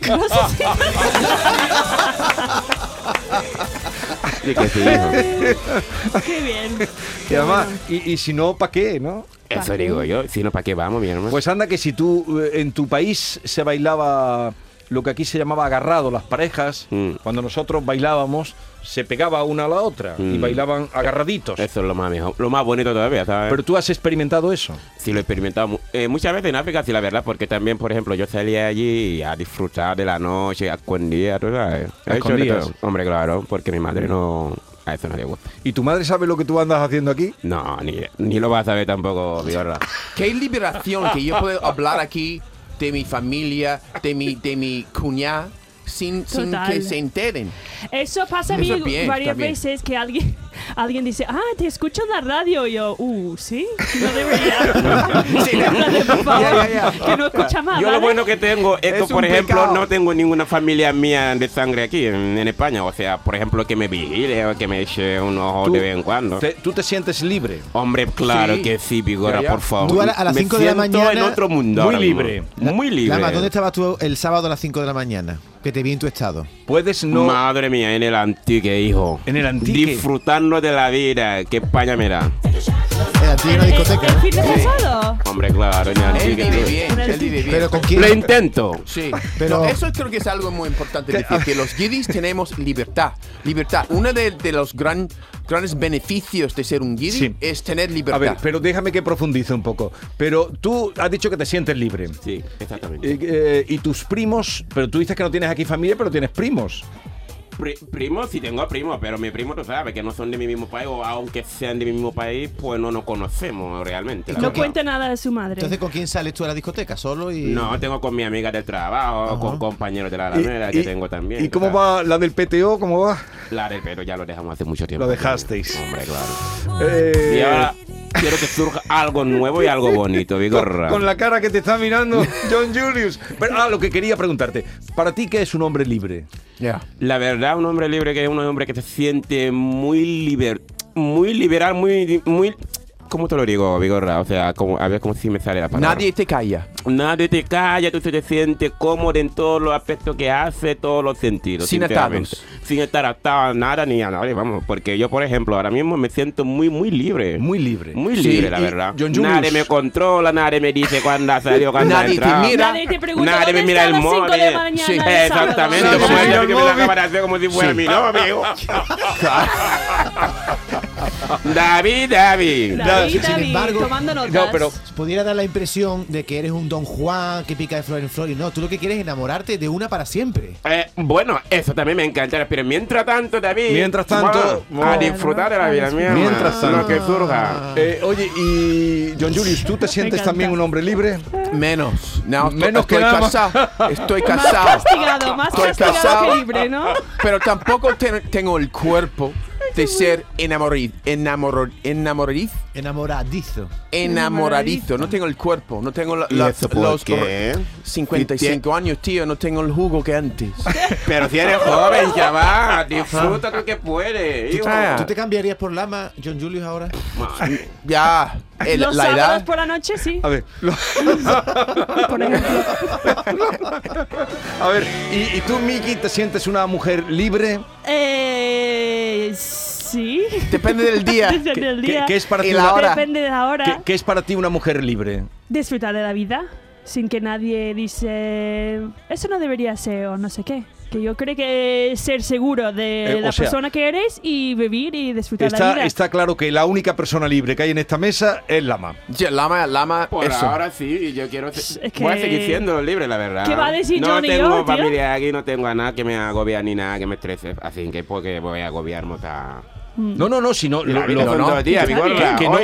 Sí que sí, hijo.
Qué bien.
Y además, y, y si no, ¿para qué, no?
Eso digo yo. Si no, ¿para qué vamos, mi hermano?
Pues anda que si tú eh, en tu país se bailaba lo que aquí se llamaba agarrado, las parejas,
Mm.
cuando nosotros bailábamos se pegaba una a la otra y
Mm.
bailaban agarraditos.
Eso es lo más mejor, lo más bonito todavía, ¿sabes?
Pero tú has experimentado eso.
Sí, lo he experimentado mu- eh, muchas veces en África, sí, la verdad, porque también, por ejemplo, yo salía allí a disfrutar de la noche, a escondidas, ¿tú sabes?
¿A
He hecho de
escondidas?
todo. Hombre, claro, porque mi madre no... A eso no le gusta.
¿Y tu madre sabe lo que tú andas haciendo aquí?
No, ni, ni lo vas a saber tampoco, Biorra.
Qué liberación que yo puedo hablar aquí de mi familia, de mi, de mi cuñada, sin, sin
Total.
que se enteren.
Eso pasa a
Eso
mí
es bien,
varias
también.
veces que alguien, alguien dice, ah, te escucho en la radio. Y yo, uh, sí, no debería. Dale, por favor,
Ya, ya,
Que no escucha más.
Yo
¿vale?
lo bueno que tengo es que,
Es un
por ejemplo,
pecado.
no tengo ninguna familia mía de sangre aquí en, en España. O sea, por ejemplo, que me vigile o que me eche un ojo
Tú-
de vez en cuando.
Te- tú te sientes libre.
Hombre, claro
Sí.
que sí, Vigora,
Ya, ya.
por favor.
Tú a la- a las
Me
cinco de la
siento
mañana-
en otro mundo.
Muy
ahora mismo.
libre.
Muy libre.
Lama, ¿dónde estabas tú el sábado a las 5 de la mañana? Que te vi en tu estado.
Puedes no...
Madre mía, en el antique, hijo.
En el antique.
Disfrutando de la vida. Qué España me da.
Era ti en
El,
una
el-
discoteca.
Eh, el
¿no?
fin de pasado.
Hombre, claro, en el
Él
antique.
vive
tú.
bien, él vive bien.
Pero con quién.
Lo intento.
Sí,
Pero-
pero eso creo que es algo muy importante decir, que los guiris tenemos libertad, libertad. Uno de, de los gran, grandes beneficios de ser un guiri
Sí.
es tener
A
libertad.
ver, pero déjame que profundice un poco. Pero tú has dicho que te sientes libre.
Sí, exactamente.
Eh, eh, y tus primos, pero tú dices que no tienes aquí familia, pero tienes primos.
Pri- primo, sí tengo primo, pero mi primo tú sabes que no son de mi mismo país, o aunque sean de mi mismo país, pues no nos conocemos realmente. la
No
verdad.
cuenta nada de su madre.
Entonces, ¿con quién sales tú a la discoteca? ¿Solo y.?
No, tengo con mi amiga de trabajo, con compañeros de la Alameda que tengo también.
¿Y
tú
cómo
sabes.
va la del PTO? ¿Cómo va?
La del pero ya lo dejamos hace mucho tiempo.
Lo dejasteis.
Hombre, claro.
Eh,
Y ahora quiero que surja algo nuevo y algo bonito, Vigorra.
con, con la cara que te está mirando John Julius. Pero, ah, lo que quería preguntarte. ¿Para ti qué es un hombre libre?
La verdad, un hombre libre que es un hombre que se siente muy liber, muy liberal, muy, muy. ¿Cómo te lo digo, Vigorra? O sea, como, a ver cómo si me sale la palabra.
Nadie te calla.
Nadie te calla, tú te sientes cómodo en todos los aspectos que hace, todos los sentidos.
Sin
sinceramente.
atados.
Sin estar atado a nada ni a nadie, vamos. Porque yo, por ejemplo, ahora mismo me siento muy, muy libre. Muy
libre.
Muy
Sí,
libre, la
y
verdad.
John Julius.
nadie me controla, nadie me dice cuándo ha salido, cuándo ha
Nadie te
entrado.
mira.
Nadie te pregunta,
Nadie me
"¿Dónde
mira el
están las cinco de
móvil.
mañana
Sí.
el sábado?
Exactamente,
¿Dónde
como
está
el
el
que me la
móvil?
acaba de hacer como si fuera
Sí.
mi novio. David, David.
David, David, tomando notas.
pudiera dar la impresión de que eres un Don Juan que pica de flor en flor y no, tú lo que quieres es enamorarte de una para siempre.
Eh, bueno, eso también me encantará, pero mientras tanto, David.
Mientras tanto,
bueno, a disfrutar de la vida mía.
Mientras tanto.
Lo que surja.
Eh, oye, y John Julius, ¿tú te sientes
encanta.
también un hombre libre?
Menos. No, estoy-
Menos que
estoy
nada más.
casado. Estoy
Más
casado.
castigado, más castigado que libre, ¿no?
Pero tampoco te- tengo el cuerpo de ser enamoriz, enamoror, enamoriz,
Enamoradizo.
enamoradizo. No tengo el cuerpo, no tengo la-
¿Y
la-
eso por
los
qué?
55 años, tío, no tengo el jugo que antes.
Pero si eres joven, ya va. Disfruta lo que puedes.
¿Tú,
hijo.
tú te cambiaría por Lama, John Julius, ahora?
Ya,
Eh,
el-
Los
eh, la
sábados
edad.
por la noche, sí.
A ver, lo- a ver, ¿y, y tú, Miki, te sientes una mujer libre?
Eh, sí.
Depende del día.
Depende
¿Qué-
del
qué-
día.
qué es para ti la hora?
Depende de la hora.
¿Qué, qué es para ti una mujer libre?
Disfrutar de la vida sin que nadie dice eso no debería ser o no sé qué. Que yo creo que es ser seguro de
Eh, o
la
sea,
persona que eres y vivir y disfrutar la
Está,
vida.
está claro que la única persona libre que hay en esta mesa es Lama.
Ya, Lama, Lama,
Por
eso.
ahora sí, y yo quiero. se-
Es que-
Voy a seguir siendo libre, la verdad.
¿Qué va a decir
No
Johnny
tengo
yo, tío?
familia aquí, no tengo a nada que me agobie ni nada que me estrese. Así que, porque voy a agobiarme. o sea.
Mm.
No, no, no, sino
La vida son dos días, Vigorra, hoy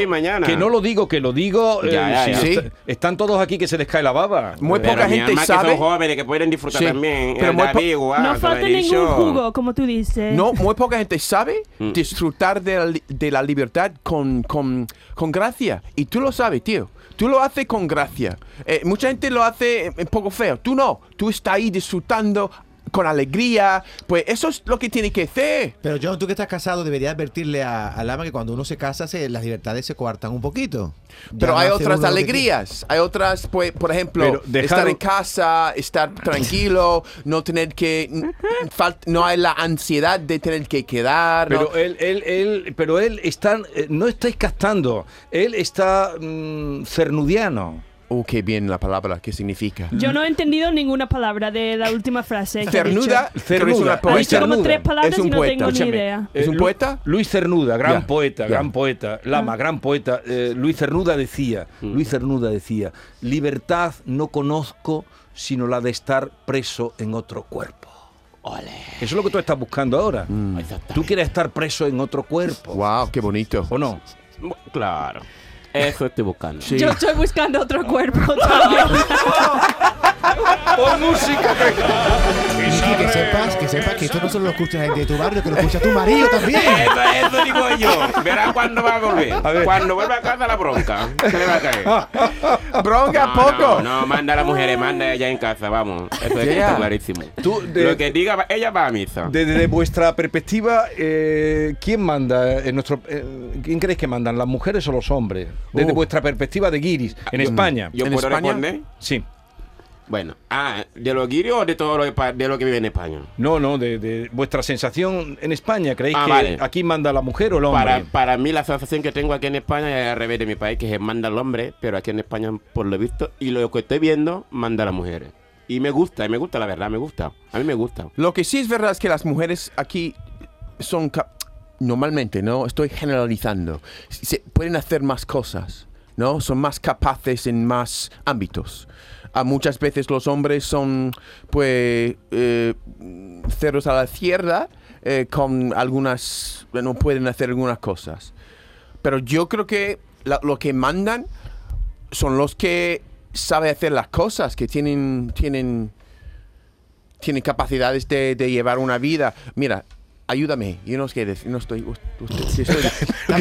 y mañana.
que no lo digo, que lo digo. eh,
Ya, ya,
si
ya.
est-
Sí.
están todos aquí que se les cae la baba.
Muy
Pero
poca
mi
gente
alma, Que
sabe-
son jóvenes que pueden disfrutar
Sí,
eh,
también.
pero
El
muy po-
David, guau,
no
te
falta
lo he
ningún
dicho.
jugo, como tú dices.
No, muy poca gente sabe
Mm.
disfrutar de la, li- de la libertad con, con- con gracia. Y tú lo sabes, tío. Tú lo haces con gracia. Eh, mucha gente lo hace eh, un poco feo. Tú no. Tú estás ahí disfrutando con alegría. Pues eso es lo que tiene que hacer.
Pero John, tú que estás casado, deberías advertirle a, a Lama que cuando uno se casa, se- las libertades se coartan un poquito. Ya
Pero
no
hay
hace uno
otras
lo que
alegrías, hay otras, pues, por ejemplo,
Pero dejar-
estar en casa, estar tranquilo, no tener que, fal- no hay la ansiedad de tener que quedar. ¿no?
Pero él, él, él, pero él está, eh, no estáis castando, él está mm, cernudiano.
Oh, qué bien la palabra, ¿qué significa?
Yo no he entendido ninguna palabra de la última frase. que ha
Cernuda,
dicho.
pero es una
Cernuda.
poeta.
Ha dicho como tres palabras
Es un
y no
poeta.
tengo ni
Escúchame. Eh,
idea.
¿Es un
Lu-
poeta?
Luis Cernuda, gran
Ya,
poeta,
ya.
gran poeta,
Ah.
Lama, gran poeta. eh, Luis Cernuda decía,
Mm.
Luis Cernuda decía, libertad no conozco sino la de estar preso en otro cuerpo. Eso es lo que tú estás buscando ahora. Tú quieres estar preso en otro cuerpo.
Wow, Mm. qué bonito.
¿O no?
Claro. Eso estoy buscando.
Yo estoy buscando
Ah.
otro cuerpo también.
Por música.
Miki, que sepas, que sepas que esto no solo lo escucha la gente de tu barrio, que lo escucha tu marido también.
Eso, eso digo yo. Verás cuándo va a volver. Cuando vuelva a casa la bronca. ¿Qué le va a caer?
Eh,
Bronca
No,
poco.
No, no, manda a las mujeres, manda ella en casa, vamos. Eso es-
Yeah.
está clarísimo.
Tú, de-
Lo que diga, va- ella va a misa.
Desde vuestra perspectiva, eh, ¿quién manda en nuestro, eh, quién creéis que mandan, las mujeres o los hombres? Desde
Uh. Ah,
vuestra perspectiva de Guiris, en
Yo-
España.
¿Yo
¿En
puedo
España?
responder?
Sí.
Bueno, ah, ¿de los guirios o de todo lo, de pa- de lo que vive en España?
No, no, de, de vuestra sensación Mm, en España, ¿creéis
Ah,
que
vale.
aquí manda la mujer o el hombre?
Para, para mí la sensación que tengo aquí en España es al revés de mi país, que se manda el hombre, pero aquí en España, por lo visto, y lo que estoy viendo, manda a las mujeres. Y me gusta, y me gusta, la verdad, me gusta. A mí me gusta.
Lo que sí es verdad es que las mujeres aquí son cap- normalmente, ¿no? Estoy generalizando. Se pueden hacer más cosas, ¿no? Son más capaces en más ámbitos. A muchas veces los hombres son, pues, eh, cerros a la izquierda eh, con algunas, no pueden hacer algunas cosas. Pero yo creo que la- lo que mandan son los que saben hacer las cosas, que tienen, tienen tiene capacidades de, de llevar una vida. Mira, ayúdame. Yo no, es que dec- no estoy. ust- usted- si estoy-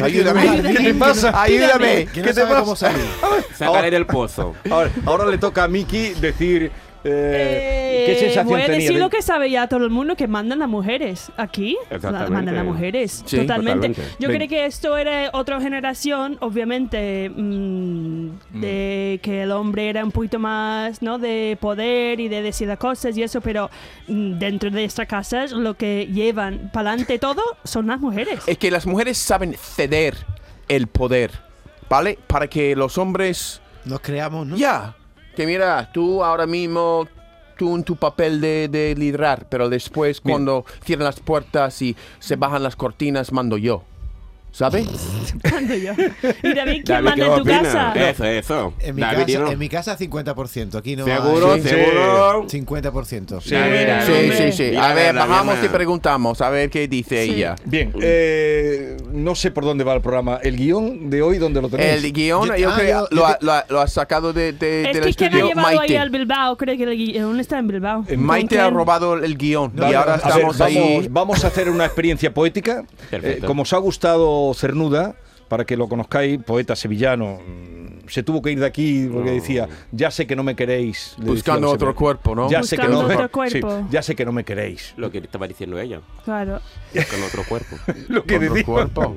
Ayúdame.
¿Qué te pasa?
Ayúdame.
Que no
¿Qué te
sabe
pasa?
cómo salir.
Sácale del pozo.
Ahora, ahora le toca a Miki decir Eh, ¿Qué
Eh,
sensación
voy a
tenía?
decir
de-
lo que sabe ya todo el mundo, que mandan a mujeres aquí.
Exactamente.
la- Mandan a mujeres,
Sí,
totalmente.
totalmente.
Yo
Ven.
creo que esto era otra generación, obviamente, mm, de que el hombre era un poquito más ¿no? de poder y de decir las cosas y eso, pero mm, dentro de estas casas lo que llevan para adelante todo son las mujeres.
Es que las mujeres saben ceder el poder, ¿vale? Para que los hombres...
Nos creamos, ¿no?
Ya. Que mira, tú ahora mismo, tú en tu papel de, de liderar, pero después cuando cierran las puertas y se bajan las cortinas, mando yo. ¿Sabes?
Mando yo. Y David, ¿quién
David,
manda
¿qué
en tu
opina?
casa?
Eh,
Eso, eso.
En mi,
David,
casa,
¿no?
en mi casa 50%, aquí no
Seguro,
hay-
seguro.
50%.
Sí, sí, sí, sí. A ver, bajamos y preguntamos, a ver qué dice ella.
Bien, eh, no sé por dónde va el programa. ¿El guión de hoy dónde lo tenéis?
El guión, yo,
ah,
creo, lo, ha- lo ha- lo ha sacado de, de-
Es
Eh, del
que quien ha
estudio
llevado ahí
Maite.
al Bilbao, creo que el gui- ¿dónde está en Bilbao?
Eh,
Maite ha robado el guión y
Vale,
ahora
a ver,
estamos
vamos,
ahí.
Vamos a hacer una experiencia poética.
Perfecto.
Eh, como os ha gustado Cernuda, para que lo conozcáis, poeta sevillano, mm, se tuvo que ir de aquí porque decía, ya sé que no me queréis. le
Buscando
decía,
otro
sé,
cuerpo, ¿no?
Ya sé que
Buscando
no me-
otro cuerpo.
sí, ya sé que no me queréis.
Lo que estaba diciendo ella.
Claro.
Con otro cuerpo.
Lo que
otro
decía.
cuerpo.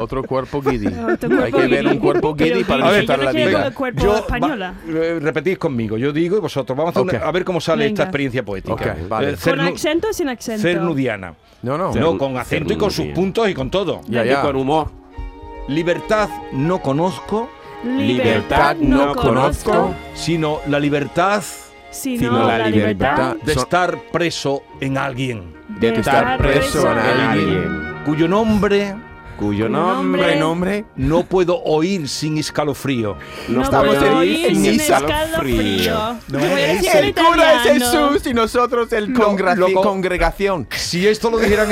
otro cuerpo guidi.
Otro
Hay
cuerpo
que ver
guiri.
un cuerpo
Pero
guidi para
guiri,
disfrutar
yo
la
me quedo con
vida.
el cuerpo
Yo-
española.
Eh, Repetid conmigo, yo digo y vosotros. Vamos a, hacer una-
Ok.
a ver cómo sale esta
Venga.
experiencia poética.
Ok, vale.
Eh,
¿Con
Cernu-
acento o sin acento?
Cernudiana.
No, no.
No, con acento y con sus puntos y con todo.
Ya, ya. Y con
humor.
Libertad no conozco,
Libertad no conozco,
sino la libertad
sino la libertad
de estar preso en alguien.
De estar preso en alguien.
Cuyo nombre
Cuyo
nombre-
Renombre.
no puedo oír sin escalofrío.
No
Estamos
puedo
en-
oír
en
sin
Niza.
escalofrío.
Yo voy a decir en
El cura es
italiano.
Jesús y nosotros el congra-
loco.
congregación.
Si esto lo dijeran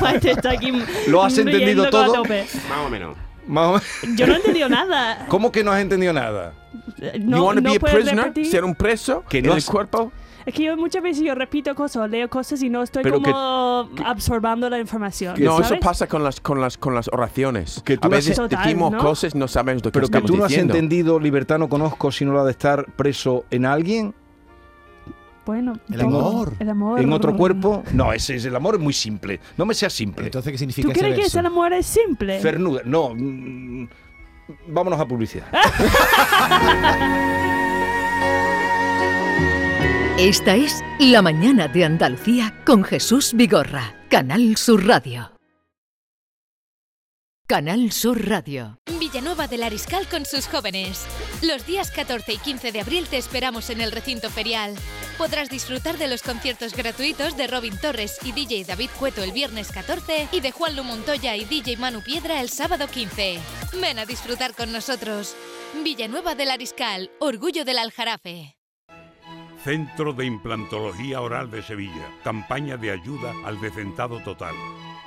Maite está aquí
¿Lo has
riendo
entendido
a
todo?
tope.
Más o menos.
más o menos-
Yo no he entendido nada.
¿Cómo que no has entendido nada?
you
No,
wanna
no
be a
puedes
prisoner?
repetir.
¿Ser un preso?
Que
en
no
el
has-
cuerpo?
Es que yo muchas veces yo repito cosas, leo cosas y no estoy
Pero que-
como absorbando la información.
No,
¿sabes?
eso pasa con las, con las, con las oraciones.
Que tú
a
no has-
veces
Total,
decimos
¿no?
cosas no sabemos lo que
Pero que
estamos
tú no has
diciendo.
entendido libertad no conozco, sino la de estar preso en alguien,
Bueno,
El
todo.
amor.
El amor.
en otro cuerpo. No, ese es el amor es muy simple. No me seas simple.
Entonces, ¿qué significa
¿Tú
ese
crees que
verso?
ese amor es simple?
Cernuda, no. mm, Vámonos a publicidad.
Esta es La Mañana de Andalucía con Jesús Vigorra, Canal Sur Radio. Canal Sur Radio.
Villanueva del Ariscal con sus jóvenes. Los días 14 y 15 de abril te esperamos en el recinto ferial. Podrás disfrutar de los conciertos gratuitos de Robin Torres y DJ David Cueto el viernes 14 y de Juan Lu Montoya y DJ Manu Piedra el sábado 15. Ven a disfrutar con nosotros. Villanueva del Ariscal, orgullo del Aljarafe.
Centro de Implantología Oral de Sevilla. Campaña de ayuda al decentado total.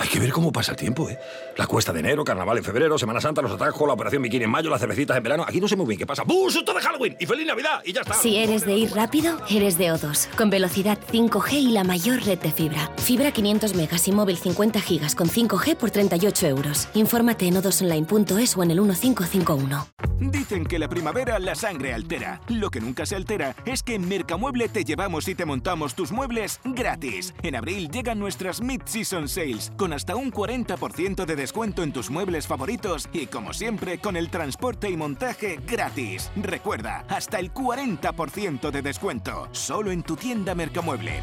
Hay que ver cómo pasa el tiempo, ¿eh? La cuesta de enero, carnaval en febrero, Semana Santa, los atajos, la operación bikini en mayo, las cervecitas en verano. Aquí no sé muy bien qué pasa. ¡Bu! ¡Susto de Halloween! ¡Y feliz Navidad! Y ya está.
Si eres de ir rápido, eres de O2, con velocidad 5G y la mayor red de fibra. Fibra 500 megas y móvil 50 gigas con 5G por 38 euros. Infórmate en odosonline.es o en el 1551.
Dicen que la primavera la sangre altera. Lo que nunca se altera es que en Mercamueble te llevamos y te montamos tus muebles gratis. En abril llegan nuestras Mid-Season Sales con hasta un 40% de descuento en tus muebles favoritos y como siempre con el transporte y montaje gratis. Recuerda, hasta el 40% de descuento solo en tu tienda Mercamueble.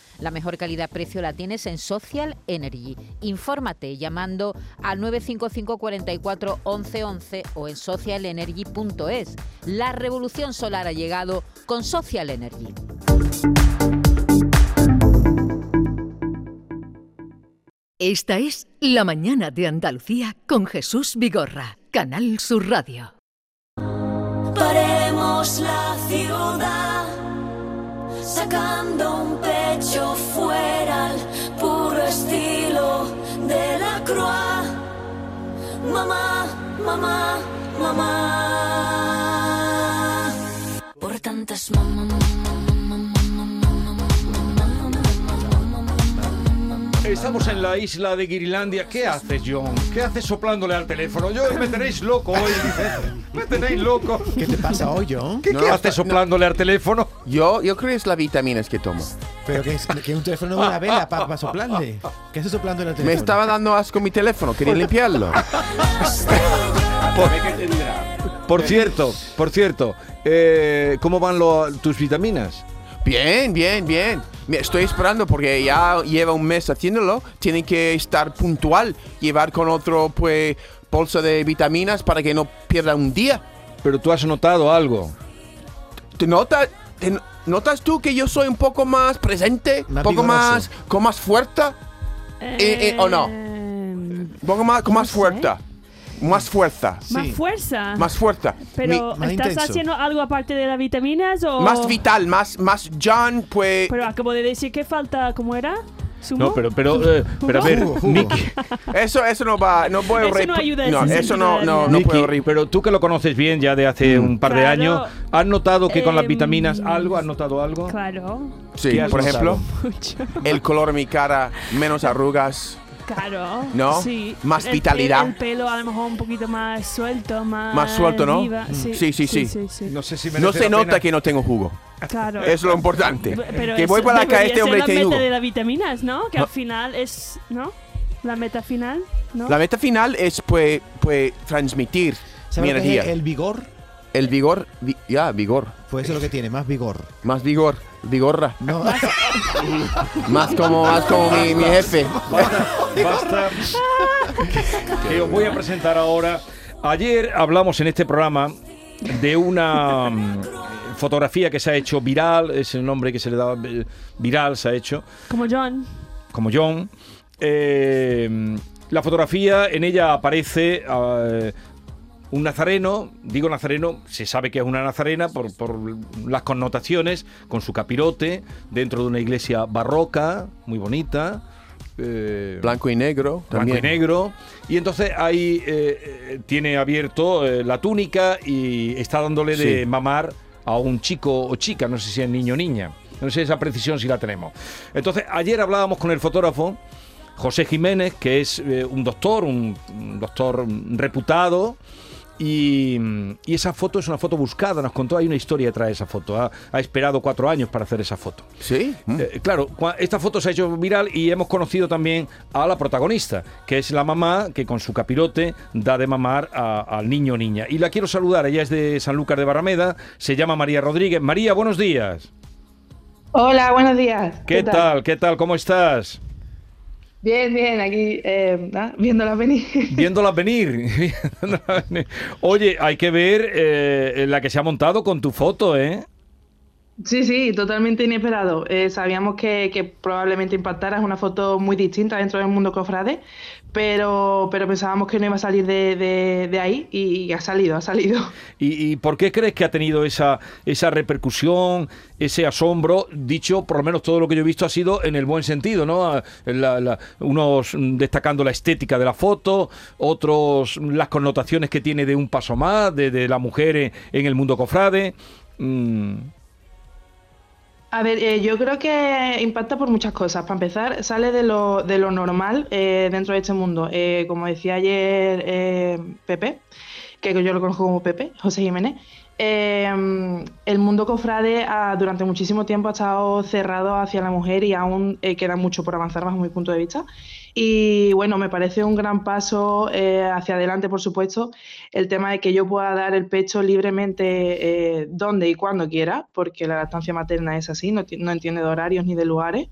La mejor calidad-precio la tienes en Social Energy. Infórmate llamando al 955 44 11 11 o en socialenergy.es. La revolución solar ha llegado con Social Energy.
Esta es La mañana de Andalucía con Jesús Vigorra, Canal Sur Radio.
Paremos la ciudad, sacando un pecho fuera al puro estilo de la croix. Mamá, mamá, mamá. Por tantas mamá,
Estamos en la isla de Guirilandia. ¿Qué haces, John? ¿Qué haces soplándole al teléfono? Yo me tenéis loco hoy. Me tenéis loco.
¿Qué te pasa hoy, John?
¿Qué, qué haces soplándole al teléfono?
Yo, yo creo que es las vitaminas que tomo.
Pero que es, que es un teléfono de una vela para soplarle. ¿Qué haces soplando en el
Me
teléfono?
estaba dando asco mi teléfono, quería limpiarlo.
Por cierto, por cierto, eh, ¿cómo van lo- tus vitaminas?
Bien, bien, bien. Me Estoy esperando porque ya lleva un mes haciéndolo. Tiene que estar puntual, llevar con otro pues bolso de vitaminas para que no pierda un día.
Pero tú has notado algo.
¿Te notas? ¿Notas tú que yo soy un poco más presente? Un poco
vigoroso.
más con más fuerza? Eh, eh, ¿O
Em,
no? Un poco más con más fuerza. Más fuerza.
Más fuerza.
Más fuerza.
Pero,
Mi- más
¿estás
intenso.
haciendo algo aparte de las vitaminas o...?
Más vital, más, más John, pues.
Pero acabo de decir que falta, ¿cómo era? ¿Zumo?
No, pero, pero, eh, pero a ver, Nicky.
Eso, eso no va, no puedo
Eso no
rep-
ayuda a ese
eso no, no, no
Miki,
puedo
Pero tú que lo conoces bien ya de hace un par de
Claro.
años, ¿has notado que con las
Em,
vitaminas algo? ¿Has notado algo?
Claro.
Sí,
¿Qué has
por
notado?
ejemplo, el color de mi cara, menos arrugas.
Claro.
¿No?
Sí.
Más
El
vitalidad.
pe- El pelo a lo mejor un poquito más suelto, más.
Más suelto, ¿no?
viva.
Mm.
Sí.
Sí, sí, sí.
No sé si
No se nota que no tengo jugo.
Claro.
Es lo importante.
B- pero
que
eso
voy para acá,
debería
este
ser
hombre Ah. tiene
la
jugo.
meta de las vitaminas, ¿no? Que
No.
al final es. ¿No? La meta final, ¿no?
La meta final es pues, pues transmitir mi
¿Sabes lo que
energía.
es el vigor?
El vigor, vi- ya, vigor.
Pues eso es lo que tiene, más vigor.
Más vigor, vigorra. más como, más como mi, mi jefe.
Basta. que os voy a presentar ahora. Ayer hablamos en este programa de una mm, fotografía que se ha hecho viral, es el nombre que se le daba eh, viral, se ha hecho,
Como John.
como John. Eh, la fotografía, en ella aparece eh, un nazareno, digo nazareno, se sabe que es una nazarena por, por las connotaciones, con su capirote, dentro de una iglesia barroca, muy bonita. eh,
Blanco y negro.
blanco
También.
y negro. Y entonces ahí eh, eh, tiene abierto eh, la túnica y está dándole de
Sí.
mamar a un chico o chica, no sé si es niño o niña. No sé esa precisión si la tenemos. Entonces ayer hablábamos con el fotógrafo José Jiménez, que es eh, un doctor, un, un doctor reputado. Y, y esa foto es una foto buscada, nos contó, hay una historia detrás de esa foto. Ha, ha esperado cuatro años para hacer esa foto.
Sí.
Eh, claro, cua- esta foto se ha hecho viral y hemos conocido también a la protagonista, que es la mamá que con su capirote da de mamar a- al niño o niña. Y la quiero saludar, ella es de Sanlúcar de Barrameda, se llama María Rodríguez. María, buenos días.
Hola, buenos días.
¿Qué, tal? ¿Qué tal? ¿Cómo estás?
Bien, bien, aquí eh, nada, viéndola venir.
Viéndola venir. Viéndola venir. Oye, hay que ver eh, la que se ha montado con tu foto, ¿eh?
Sí, sí, totalmente inesperado. Eh, sabíamos que, que probablemente impactara, es una foto muy distinta dentro del mundo cofrade, pero, pero pensábamos que no iba a salir de, de- de ahí y, ha salido, ha salido.
¿Y, y por qué crees que ha tenido esa, esa repercusión, ese asombro? Dicho, por lo menos todo lo que yo he visto ha sido en el buen sentido, ¿no? Ah, la- la- unos mm, destacando la estética de la foto, otros mm, las connotaciones que tiene de un paso más, de, de la mujer en, en el mundo cofrade. Mm,
A ver, eh, yo creo que impacta por muchas cosas. Para empezar, sale de lo, de lo normal eh, dentro de este mundo. Eh, como decía ayer eh, Pepe, que yo lo conozco como Pepe, José Jiménez, eh, el mundo cofrade ha- durante muchísimo tiempo ha estado cerrado hacia la mujer y aún eh, queda mucho por avanzar bajo mi punto de vista. Y bueno, me parece un gran paso eh, hacia adelante, por supuesto, el tema de que yo pueda dar el pecho libremente eh, donde y cuando quiera, porque la lactancia materna es así, no, ti- no entiende de horarios ni de lugares.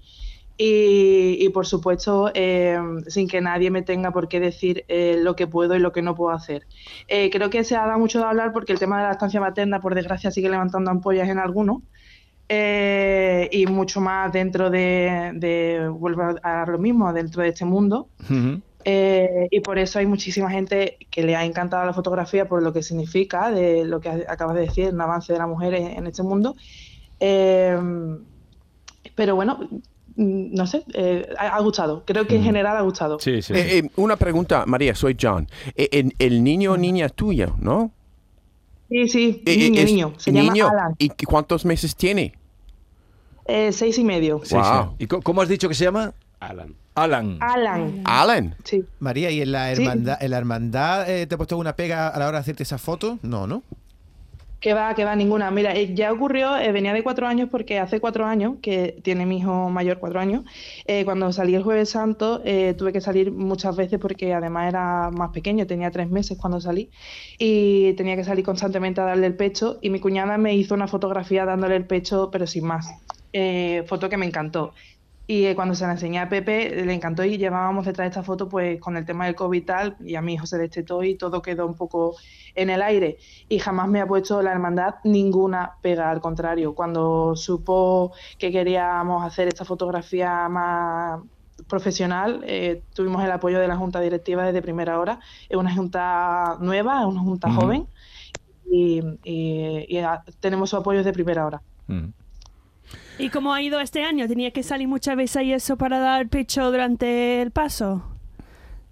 Y, y, por supuesto, eh, sin que nadie me tenga por qué decir eh, lo que puedo y lo que no puedo hacer. Eh, creo que se ha dado mucho de hablar porque el tema de la lactancia materna, por desgracia, sigue levantando ampollas en algunos. eh, y mucho más dentro de, de- vuelvo a dar lo mismo, dentro de este mundo. Eh, y por eso hay muchísima gente que le ha encantado la fotografía por lo que significa, de lo que acabas de decir, un avance de la mujer en, en este mundo. Eh, pero bueno, mm, no sé, eh, ha, ha gustado. Creo
Mm.
que en general ha gustado.
Eh, eh, una pregunta, María, soy John. Eh, el, el niño o niña es tuyo, ¿no?
Sí, sí,
Eh, eh,
niño,
es-
niño. Se
niño.
llama Alan.
¿Y cuántos meses tiene?
Eh, seis y medio.
Wow.
¿Y co- cómo has dicho que se llama?
Alan.
Alan.
Alan.
Alan.
Sí.
María, ¿y en la
Sí.
hermandad, en la hermandad eh, te ha puesto una pega a la hora de hacerte esa foto? No, ¿no?
Que va, que va, ninguna. Mira, eh, ya ocurrió, eh, venía de cuatro años porque hace cuatro años, que tiene mi hijo mayor cuatro años, eh, cuando salí el jueves santo eh, tuve que salir muchas veces porque además era más pequeño, tenía tres meses cuando salí y tenía que salir constantemente a darle el pecho y mi cuñada me hizo una fotografía dándole el pecho, pero sin más. Eh, foto que me encantó. Y eh, cuando se la enseñé a Pepe, eh, le encantó y llevábamos detrás de esta foto pues con el tema del COVID y tal, y a mi hijo se destetó y todo quedó un poco en el aire. Y jamás me ha puesto la hermandad ninguna pega, al contrario, cuando supo que queríamos hacer esta fotografía más profesional, eh, tuvimos el apoyo de la junta directiva desde primera hora. Es una junta nueva, es una junta
Ujú.
joven y, y- y, ah, tenemos su apoyo desde primera hora.
¿Y cómo ha ido este año? ¿Tenía que salir muchas veces ahí eso para dar pecho durante el paso?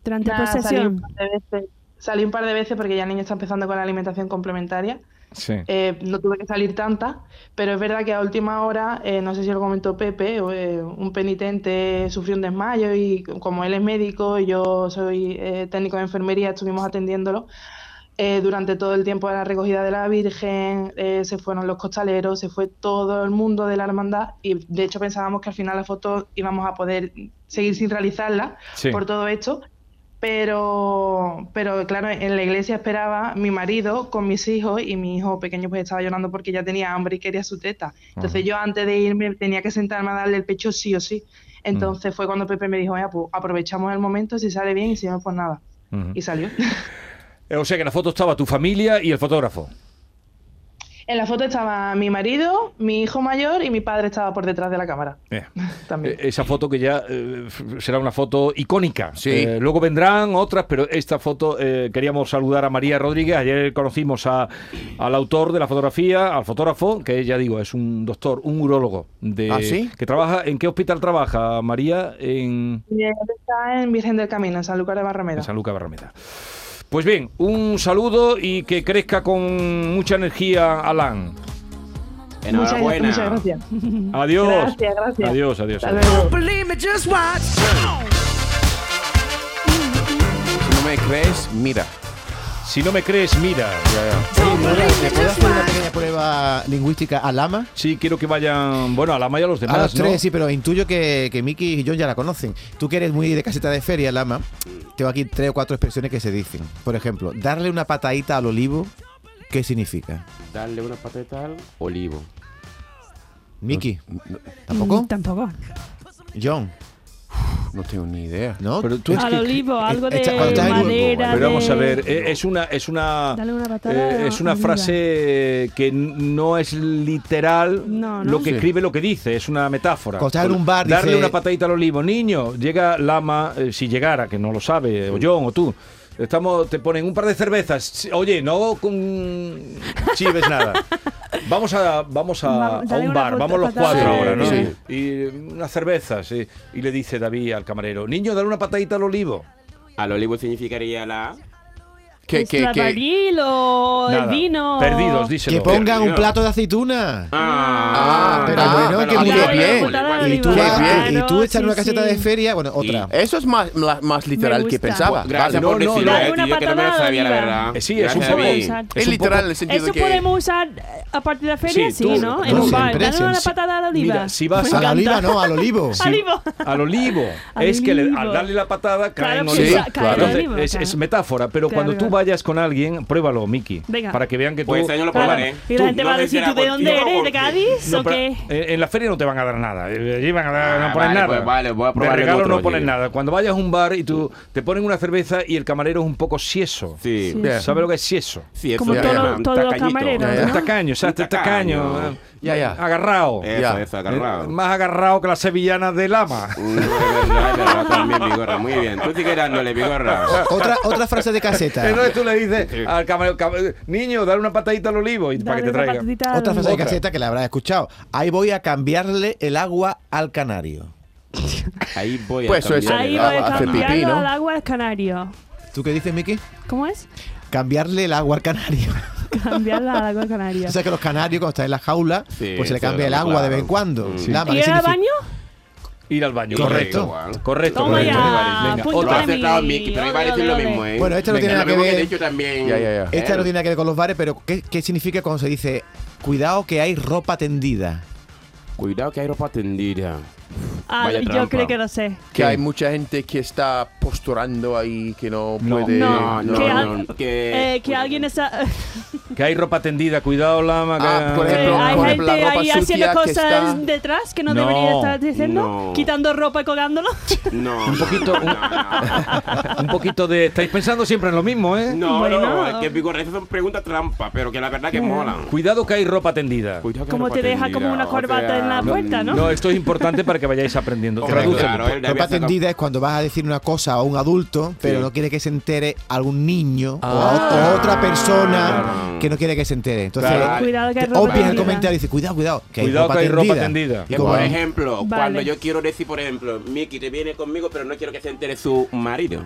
Durante la
Nada, salí
posesión.
un par de veces- Salí un par de veces porque ya el niño está empezando con la alimentación complementaria.
Sí.
Eh, no tuve que salir tanta, pero es verdad que a última hora, eh, no sé si lo comentó Pepe, o, eh, un penitente sufrió un desmayo y como él es médico y yo soy eh, técnico de enfermería, estuvimos atendiéndolo. Eh, durante todo el tiempo de la recogida de la Virgen, eh, se fueron los costaleros, se fue todo el mundo de la hermandad y de hecho pensábamos que al final la foto íbamos a poder seguir sin realizarla
Sí.
por todo esto. Pero, pero claro, en la iglesia esperaba mi marido con mis hijos y mi hijo pequeño pues estaba llorando porque ya tenía hambre y quería su teta. Entonces yo antes de irme tenía que sentarme a darle el pecho sí o sí. Entonces fue cuando Pepe me dijo, "Venga, pues aprovechamos el momento, si sale bien y si no, pues nada.
Ujú.
Y salió.
Eh, O sea que en la foto estaba tu familia y el fotógrafo.
En la foto estaba mi marido, mi hijo mayor y mi padre estaba por detrás de la cámara.
Eh.
También.
Eh, Esa foto que ya eh, f- será una foto icónica.
Sí.
Eh, luego vendrán otras, pero esta foto eh, queríamos saludar a María Rodríguez. Ayer conocimos a- al autor de la fotografía, al fotógrafo, que ya digo, es un doctor, un urólogo. De,
¿Ah, sí?
que trabaja, ¿En qué hospital trabaja María? En,
Y él está en Virgen del Camino, en San Lucas de Barrameda.
en San Lucas Barrameda. Pues bien, un saludo y que crezca con mucha energía Alan.
Muchas, muchas gracias.
Adiós.
Gracias, gracias.
Adiós, adiós,
Hasta
adiós.
luego.
Believe me, just watch.
Si no me crees, mira.
Si no me crees, mira.
¿Le puedo hacer una pequeña prueba lingüística a Lama?
Sí, quiero que vayan, bueno, a Lama y a los demás.
a los
¿no?
tres, sí, pero intuyo que, que Miki y John ya la conocen. Tú que eres muy de caseta de feria, Lama, tengo aquí tres o cuatro expresiones que se dicen. Por ejemplo, darle una patadita al olivo, ¿qué significa?
Darle una patata al olivo.
Miki, ¿tampoco?
Mm, Tampoco.
John.
No tengo ni idea.
No,
pero
tú- Al olivo, algo de madera,
Pero vamos a
de-
ver, eh, es una es una
Dale una patada
eh, es una
arriba.
frase que n- no es literal
No, no.
lo que
Sí.
escribe lo que dice, es una metáfora.
Cuando estás en un bar,
darle
dice-
una patadita al olivo, niño, llega Lama eh, si llegara, que no lo sabe, o John o tú. Estamos te ponen un par de cervezas. Sí, Oye, no con chives nada. Vamos a Ah, vamos a,
Va-
a
dale
un
una
bar,
pata-
vamos los
patada.
cuatro
Sí,
ahora, ¿no?
sí.
Y unas cervezas sí. y le dice David al camarero, "Niño, dale una patadita al olivo."
Al olivo significaría la
Que,
¿Es la barril o el vino?
Que pongan un plato de aceituna. Ah, pero
ah,
bueno,
pero
que
aquí
muy
qué bien.
Y tú,
Qué
vas-
bien.
y tú echas
sí,
una caseta
sí.
de feria, bueno, otra.
Eso es más, más, más literal que
gusta.
pensaba.
Pues gracias por decirlo, eh, Dale una tío, yo que no me lo patada sabía, la arriba. verdad.
Eh,
Gracias, David.
Es,
Es un
literal
poco-
en el sentido
Eso
de que...
podemos usar eh, a partir de la feria, sí,
Sí, tú-
¿no?
tú
En un bar.
siempre,
Dale una
siempre.
patada a la oliva.
Mira, si vas
Me
a la
encanta.
oliva, no, al olivo.
Al olivo.
Al olivo.
Al
es que le-
olivo.
al darle la patada cae
Claro,
en
sí,
oliva.
ca- cae en
Entonces,
olivo,
es,
claro.
es metáfora, pero
Claro,
cuando tú
claro.
vayas con alguien, pruébalo, Miki.
Venga.
Para que vean que tú.
Pues este año lo probaré.
Y la gente va a decir, ¿tú de dónde eres? ¿De Cádiz
No,
o
pero,
qué?
eh, en la feria no te van a dar nada. eh, Allí van a dar,
Ah,
no ponen
vale,
nada.
pues vale, voy a probar
De
el
regalo
otro,
no ponen
oye.
nada. Cuando vayas a un bar y tú te ponen una cerveza y el camarero es un poco sieso.
Sí. Sí,
¿Sabes
sí.
lo que es sieso?
Sieso, Como ya, todos- ya, un todos los tacañito. camareros,
Un
¿no?
tacaño, exacto, un tacaño.
tacaño.
Ya, ya. Agarrado.
Eso,
Ya.
eso, agarrado.
Eh, Más agarrado que las sevillanas de lama.
También, Vigorra, muy bien. Tú sigue dándole, Vigorra.
Otra, otra frase de caseta.
Entonces tú le dices al camarero, "Cam- niño, dale una patadita al olivo y para que te traiga.
Otra frase de caseta que la habrás escuchado. Ahí voy a cambiarle el agua al canario.
Ahí voy
a Pues eso es, cambiarle
Ahí
el
voy a
agua, hace
cambiarlo
pipí, ¿no?
al agua al canario.
¿Tú qué dices, Miki?
¿Cómo es?
Cambiarle el agua al canario.
Cambiarla al agua al canario.
O sea que los canarios cuando están en la jaula,
Sí,
pues se le
eso
cambia el
claro.
agua de vez en cuando.
Sí.
Lama,
¿Y
¿qué
ir al
significa?
baño?
Ir al baño.
Correcto.
Correcto. Correcto.
Toma
correcto.
ya,
Venga,
punto
otra.
para mí.
Acertado, Miki, pero iba a decir lo mismo, ¿eh?
Bueno, esto no
Venga,
tiene nada
lo
que
mismo
ver.
he dicho también.
Esta no
¿Eh?
tiene nada que ver con los bares, pero ¿qué, qué significa cuando se dice cuidado que hay ropa tendida?
Cuidado que hay ropa tendida.
Ah,
Vaya
yo
trampa. Eh,
creo que lo sé. Eh,
Que hay mucha gente que está posturando ahí que no puede...
No, no,
que,
no,
al-
no, que-
eh, que alguien está...
Que hay ropa tendida, cuidado, lama. que-
Ah, por
Eh,
ejemplo,
hay
con
gente
la ropa
ahí
sucia
haciendo
que
cosas
está-
detrás que no,
No,
debería estar diciendo,
no.
quitando ropa y colgándolo.
No.
Un poquito, un, un poquito de. Estáis pensando siempre en lo mismo, ¿eh?
No, no, es que Vigorra, esas son preguntas trampa, pero que la verdad que molan.
Cuidado que hay ropa tendida.
Como te deja como una corbata en la puerta, ¿no?
No, esto es importante para que vayáis aprendiendo. Tradúcelo.
pues, ropa tendida es cuando vas a decir una cosa a un adulto, pero
Sí.
no quiere que se entere algún niño o
Ah.
o, otra persona que no quiere que se entere. Entonces,
Claro. Cuidado que hay
te
ropa
obvias el
tendida.
comentario y dices, cuidado, cuidado, que hay
Cuidado
ropa
que hay
tendida.
ropa tendida.
Y
Que,
como-
por ejemplo,
Vale.
cuando yo quiero decir, por ejemplo, Miki te viene conmigo, pero no quiero que se entere su marido.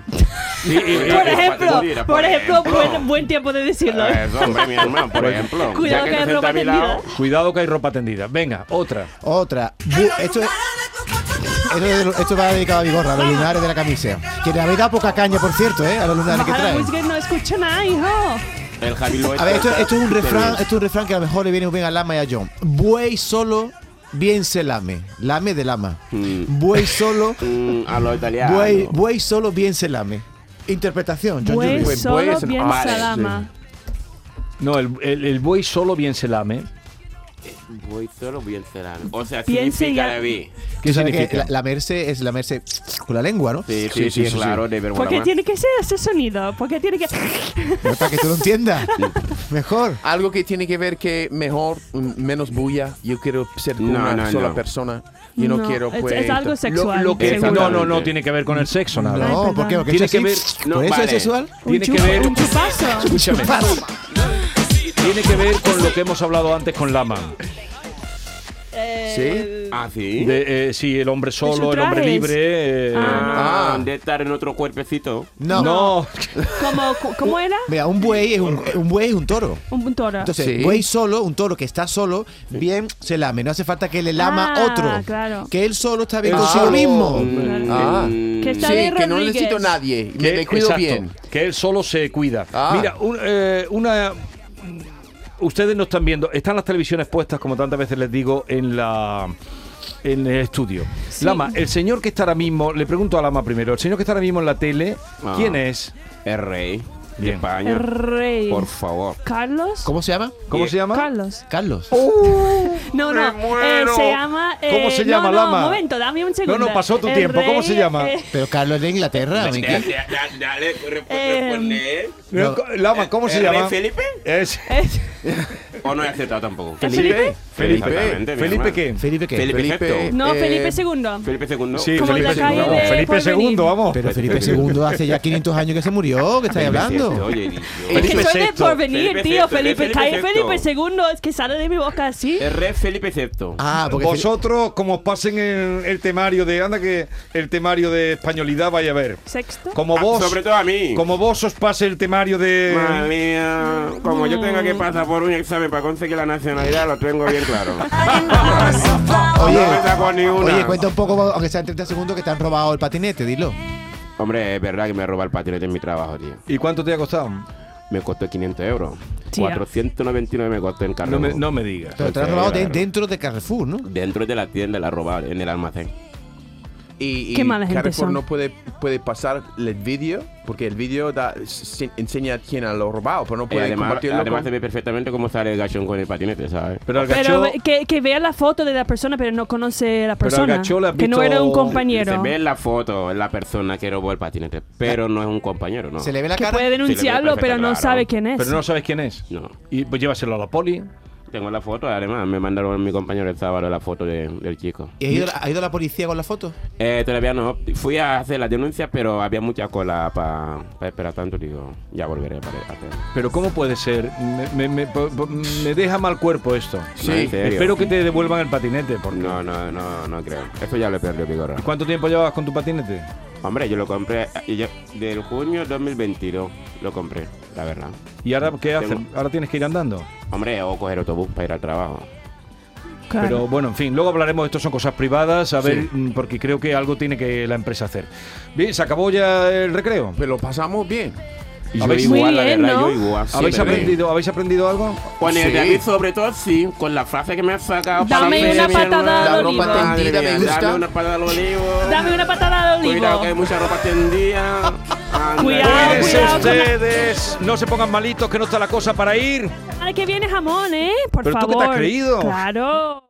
Sí, y- y-
Por
y-
ejemplo,
mira,
por ejemplo, buen, buen tiempo de decirlo.
Eh, hombre, mi hermano, por ejemplo.
Cuidado que hay
no está
ropa
a mi lado,
tendida.
Cuidado que hay ropa tendida. Venga, otra.
Otra. Bu- esto, es- esto, es de lo- esto va dedicado a mi gorra, a los lunares de la camisa. Que le habéis dado poca caña, por cierto, ¿eh? A los lunares que
Baja la
trae.
música y no escucho nada, hijo.
El Javi lo
A ver, esto, esto es un refrán,
Sí.
esto es un refrán que a lo mejor le viene muy bien a Lama y a John. Buey solo, bien se lame. Lame de lama. Buey solo.
Mm. a los italianos.
Buey, buey solo, bien se lame. Interpretación, John
Buey
Julius.
Pues
solo bien salama.
No, el, el- el buey solo bien ¿eh? se lame.
Voy solo bien cerrado. O sea,
Bien
significa,
sellado.
David.
¿Qué significa? La, lamerse es lamerse con la lengua, ¿no?
Sí, sí, sí, claro, de
¿Por qué tiene que ser ese sonido? ¿Por qué tiene que...?
Pero Para que tú lo entiendas. Mejor.
Algo que tiene que ver que mejor, mm, menos bulla. Yo quiero ser
No,
una
no,
sola
no.
persona. Yo no,
No,
quiero
es-
pues,
es algo
lo-
sexual,
lo que-
seguro. No, no, no tiene que ver con el sexo, nada.
No,
Ay,
¿por qué?
perdón.
Porque
Tiene
eso
que ver-
es-
no,
¿Por eso
vale.
es sexual?
Tiene que ver-
Un chupazo.
Escúchame. Tiene que ver con lo que hemos hablado antes con Lama.
¿Sí? Ah, sí.
De, eh, sí, el hombre solo,
su
el hombre
traje.
libre. eh,
Ah, de estar en otro cuerpecito.
No.
No.
¿Cómo, cu- cómo era?
Mira, un buey es un, un buey es un toro.
Un un toro.
Entonces, buey solo, un toro que está solo, bien se lame. No hace falta que le lama
Ah,
otro.
claro.
Que él solo está bien
Él
consigo
solo.
mismo.
Mm, Ah.
Que está
Sí,
bien
que no
Rodríguez.
necesito nadie. Me,
que-
me cuido
exacto,
bien.
Que él solo se cuida. Mira, un- eh, una. Ustedes no están viendo. Están las televisiones puestas, como tantas veces les digo, en la. En el estudio. Lama, el señor que está ahora mismo, le pregunto a Lama primero, el señor que está ahora mismo en la tele,
Ah.
¿quién es?
El rey de España.
El rey.
Por favor.
¿Carlos?
¿Cómo se llama?
¿Cómo se llama?
Carlos. Uh.
Carlos.
No, no, eh,
muero.
se llama... eh,
¿Cómo se llama,
no, no,
Lama?
un momento, dame un segundo. El rey, eh,
Pero Carlos es de Inglaterra.
Dale,
Miki.
dale, dale, responde,
Em,
responde.
Eh,
No, eh, Lama, ¿cómo se
¿El rey
llama?
Felipe?
Es.
eh, O no he aceptado tampoco.
Felipe. Felipe.
Exactamente, mi
Felipe
hermano.
qué? Felipe qué?
Felipe,
Felipe,
VI.
No, Felipe II.
Felipe II.
Sí, Como Felipe la II, calle vamos. de Felipe Polverín. II, vamos.
Pero Felipe II hace ya 500 años que se murió, ¿qué estáis
Felipe
hablando?
VI, oye, Dios.
Es que soy de porvenir,
Felipe
tío.
VI,
Felipe,
Felipe
cae
VI.
Felipe II, es que sale de mi boca así.
El rey Felipe VI.
Ah, Vosotros, como os pasen el, el temario de. Anda, que el temario de españolidad vaya a ver.
Sexto.
Como
Ah,
vos.
sobre todo a mí.
Como vos os pase el temario de.
Madre mía, como yo tenga que pasar por un examen para conseguir la nacionalidad, lo tengo bien claro.
Oye,
no me saco ni una.
Oye, cuenta un poco, aunque sea en 30 segundos, que te han robado el patinete, dilo.
Hombre, es verdad que me roba el patinete en mi trabajo, tío.
¿Y cuánto te ha costado?
Me costó 500 euros.
Tía.
499 me costó en carro.
No me- no me digas.
Pero te lo han robado de- dentro de Carrefour, ¿no?
Dentro de la tienda, la robado, en el almacén.
Y, y
Qué mala gente
Carrefour
son.
no puede, puede pasar el vídeo, porque el vídeo da- se- enseña a quién ha lo robado,
Eh,
pero no
Y
Pues,
puede
además,
compartirlo
además
con...
se ve perfectamente cómo sale el gachón con el patinete, ¿sabes?
Pero que, que vea la foto de la persona, pero no conoce a la persona. Que no era un
Se
compañero.
ve en la foto, en la persona que robó el patinete, pero no es un compañero, ¿no?
Se le ve
Que puede denunciarlo, pero no sabe quién es.
sabes quién es.
No.
Y pues llévaselo a la poli.
Tengo la foto, además, me mandaron mi compañero el sábado la foto de- del chico.
¿Y ha ido, la- ha ido la policía con la foto?
Eh, todavía no. Fui a hacer la denuncia, pero había mucha cola para esperar tanto. Digo, ya volveré para hacerlo.
Pero ¿cómo puede ser? Me, me- me- po- po- me deja mal cuerpo esto.
Sí. En serio.
Espero que te devuelvan el patinete. Porque...
No, no, no, no creo. Esto ya lo he perdido, Pigorra.
¿Cuánto tiempo llevabas con tu patinete?
Hombre, yo lo compré eh, yo- del junio 2022. Lo compré, la verdad.
¿Y ahora qué haces?
Tengo-
¿Ahora tienes que ir andando?
Hombre, o coger autobús para ir al trabajo.
Claro.
Pero bueno, en fin, luego hablaremos, esto son cosas privadas, a ver, mm, porque creo que algo tiene que la empresa hacer. Bien, se acabó ya el recreo. Pero lo pasamos bien.
Yo igual, la verdad, yo igual.
¿Habéis
Siempre bien.
aprendido, ¿Habéis aprendido algo?
Con Pues el de aquí, sobre todo, sí. Con la frase que me has sacado. para
Dame
hacer
una
bien,
patada
madre
al olivo.
mía,
Ropa tendida, me
dame
gusta.
una patada al olivo.
Dame una patada de
Cuidado, que hay
olivo.
mucha ropa tendida. Anda,
Cuidado,
Cuídense
cuidado con la-
ustedes, no se pongan malitos, que no está la cosa para ir.
Ay, que viene jamón, ¿eh? Por
¿Pero tú
favor.
qué te has creído?
Claro.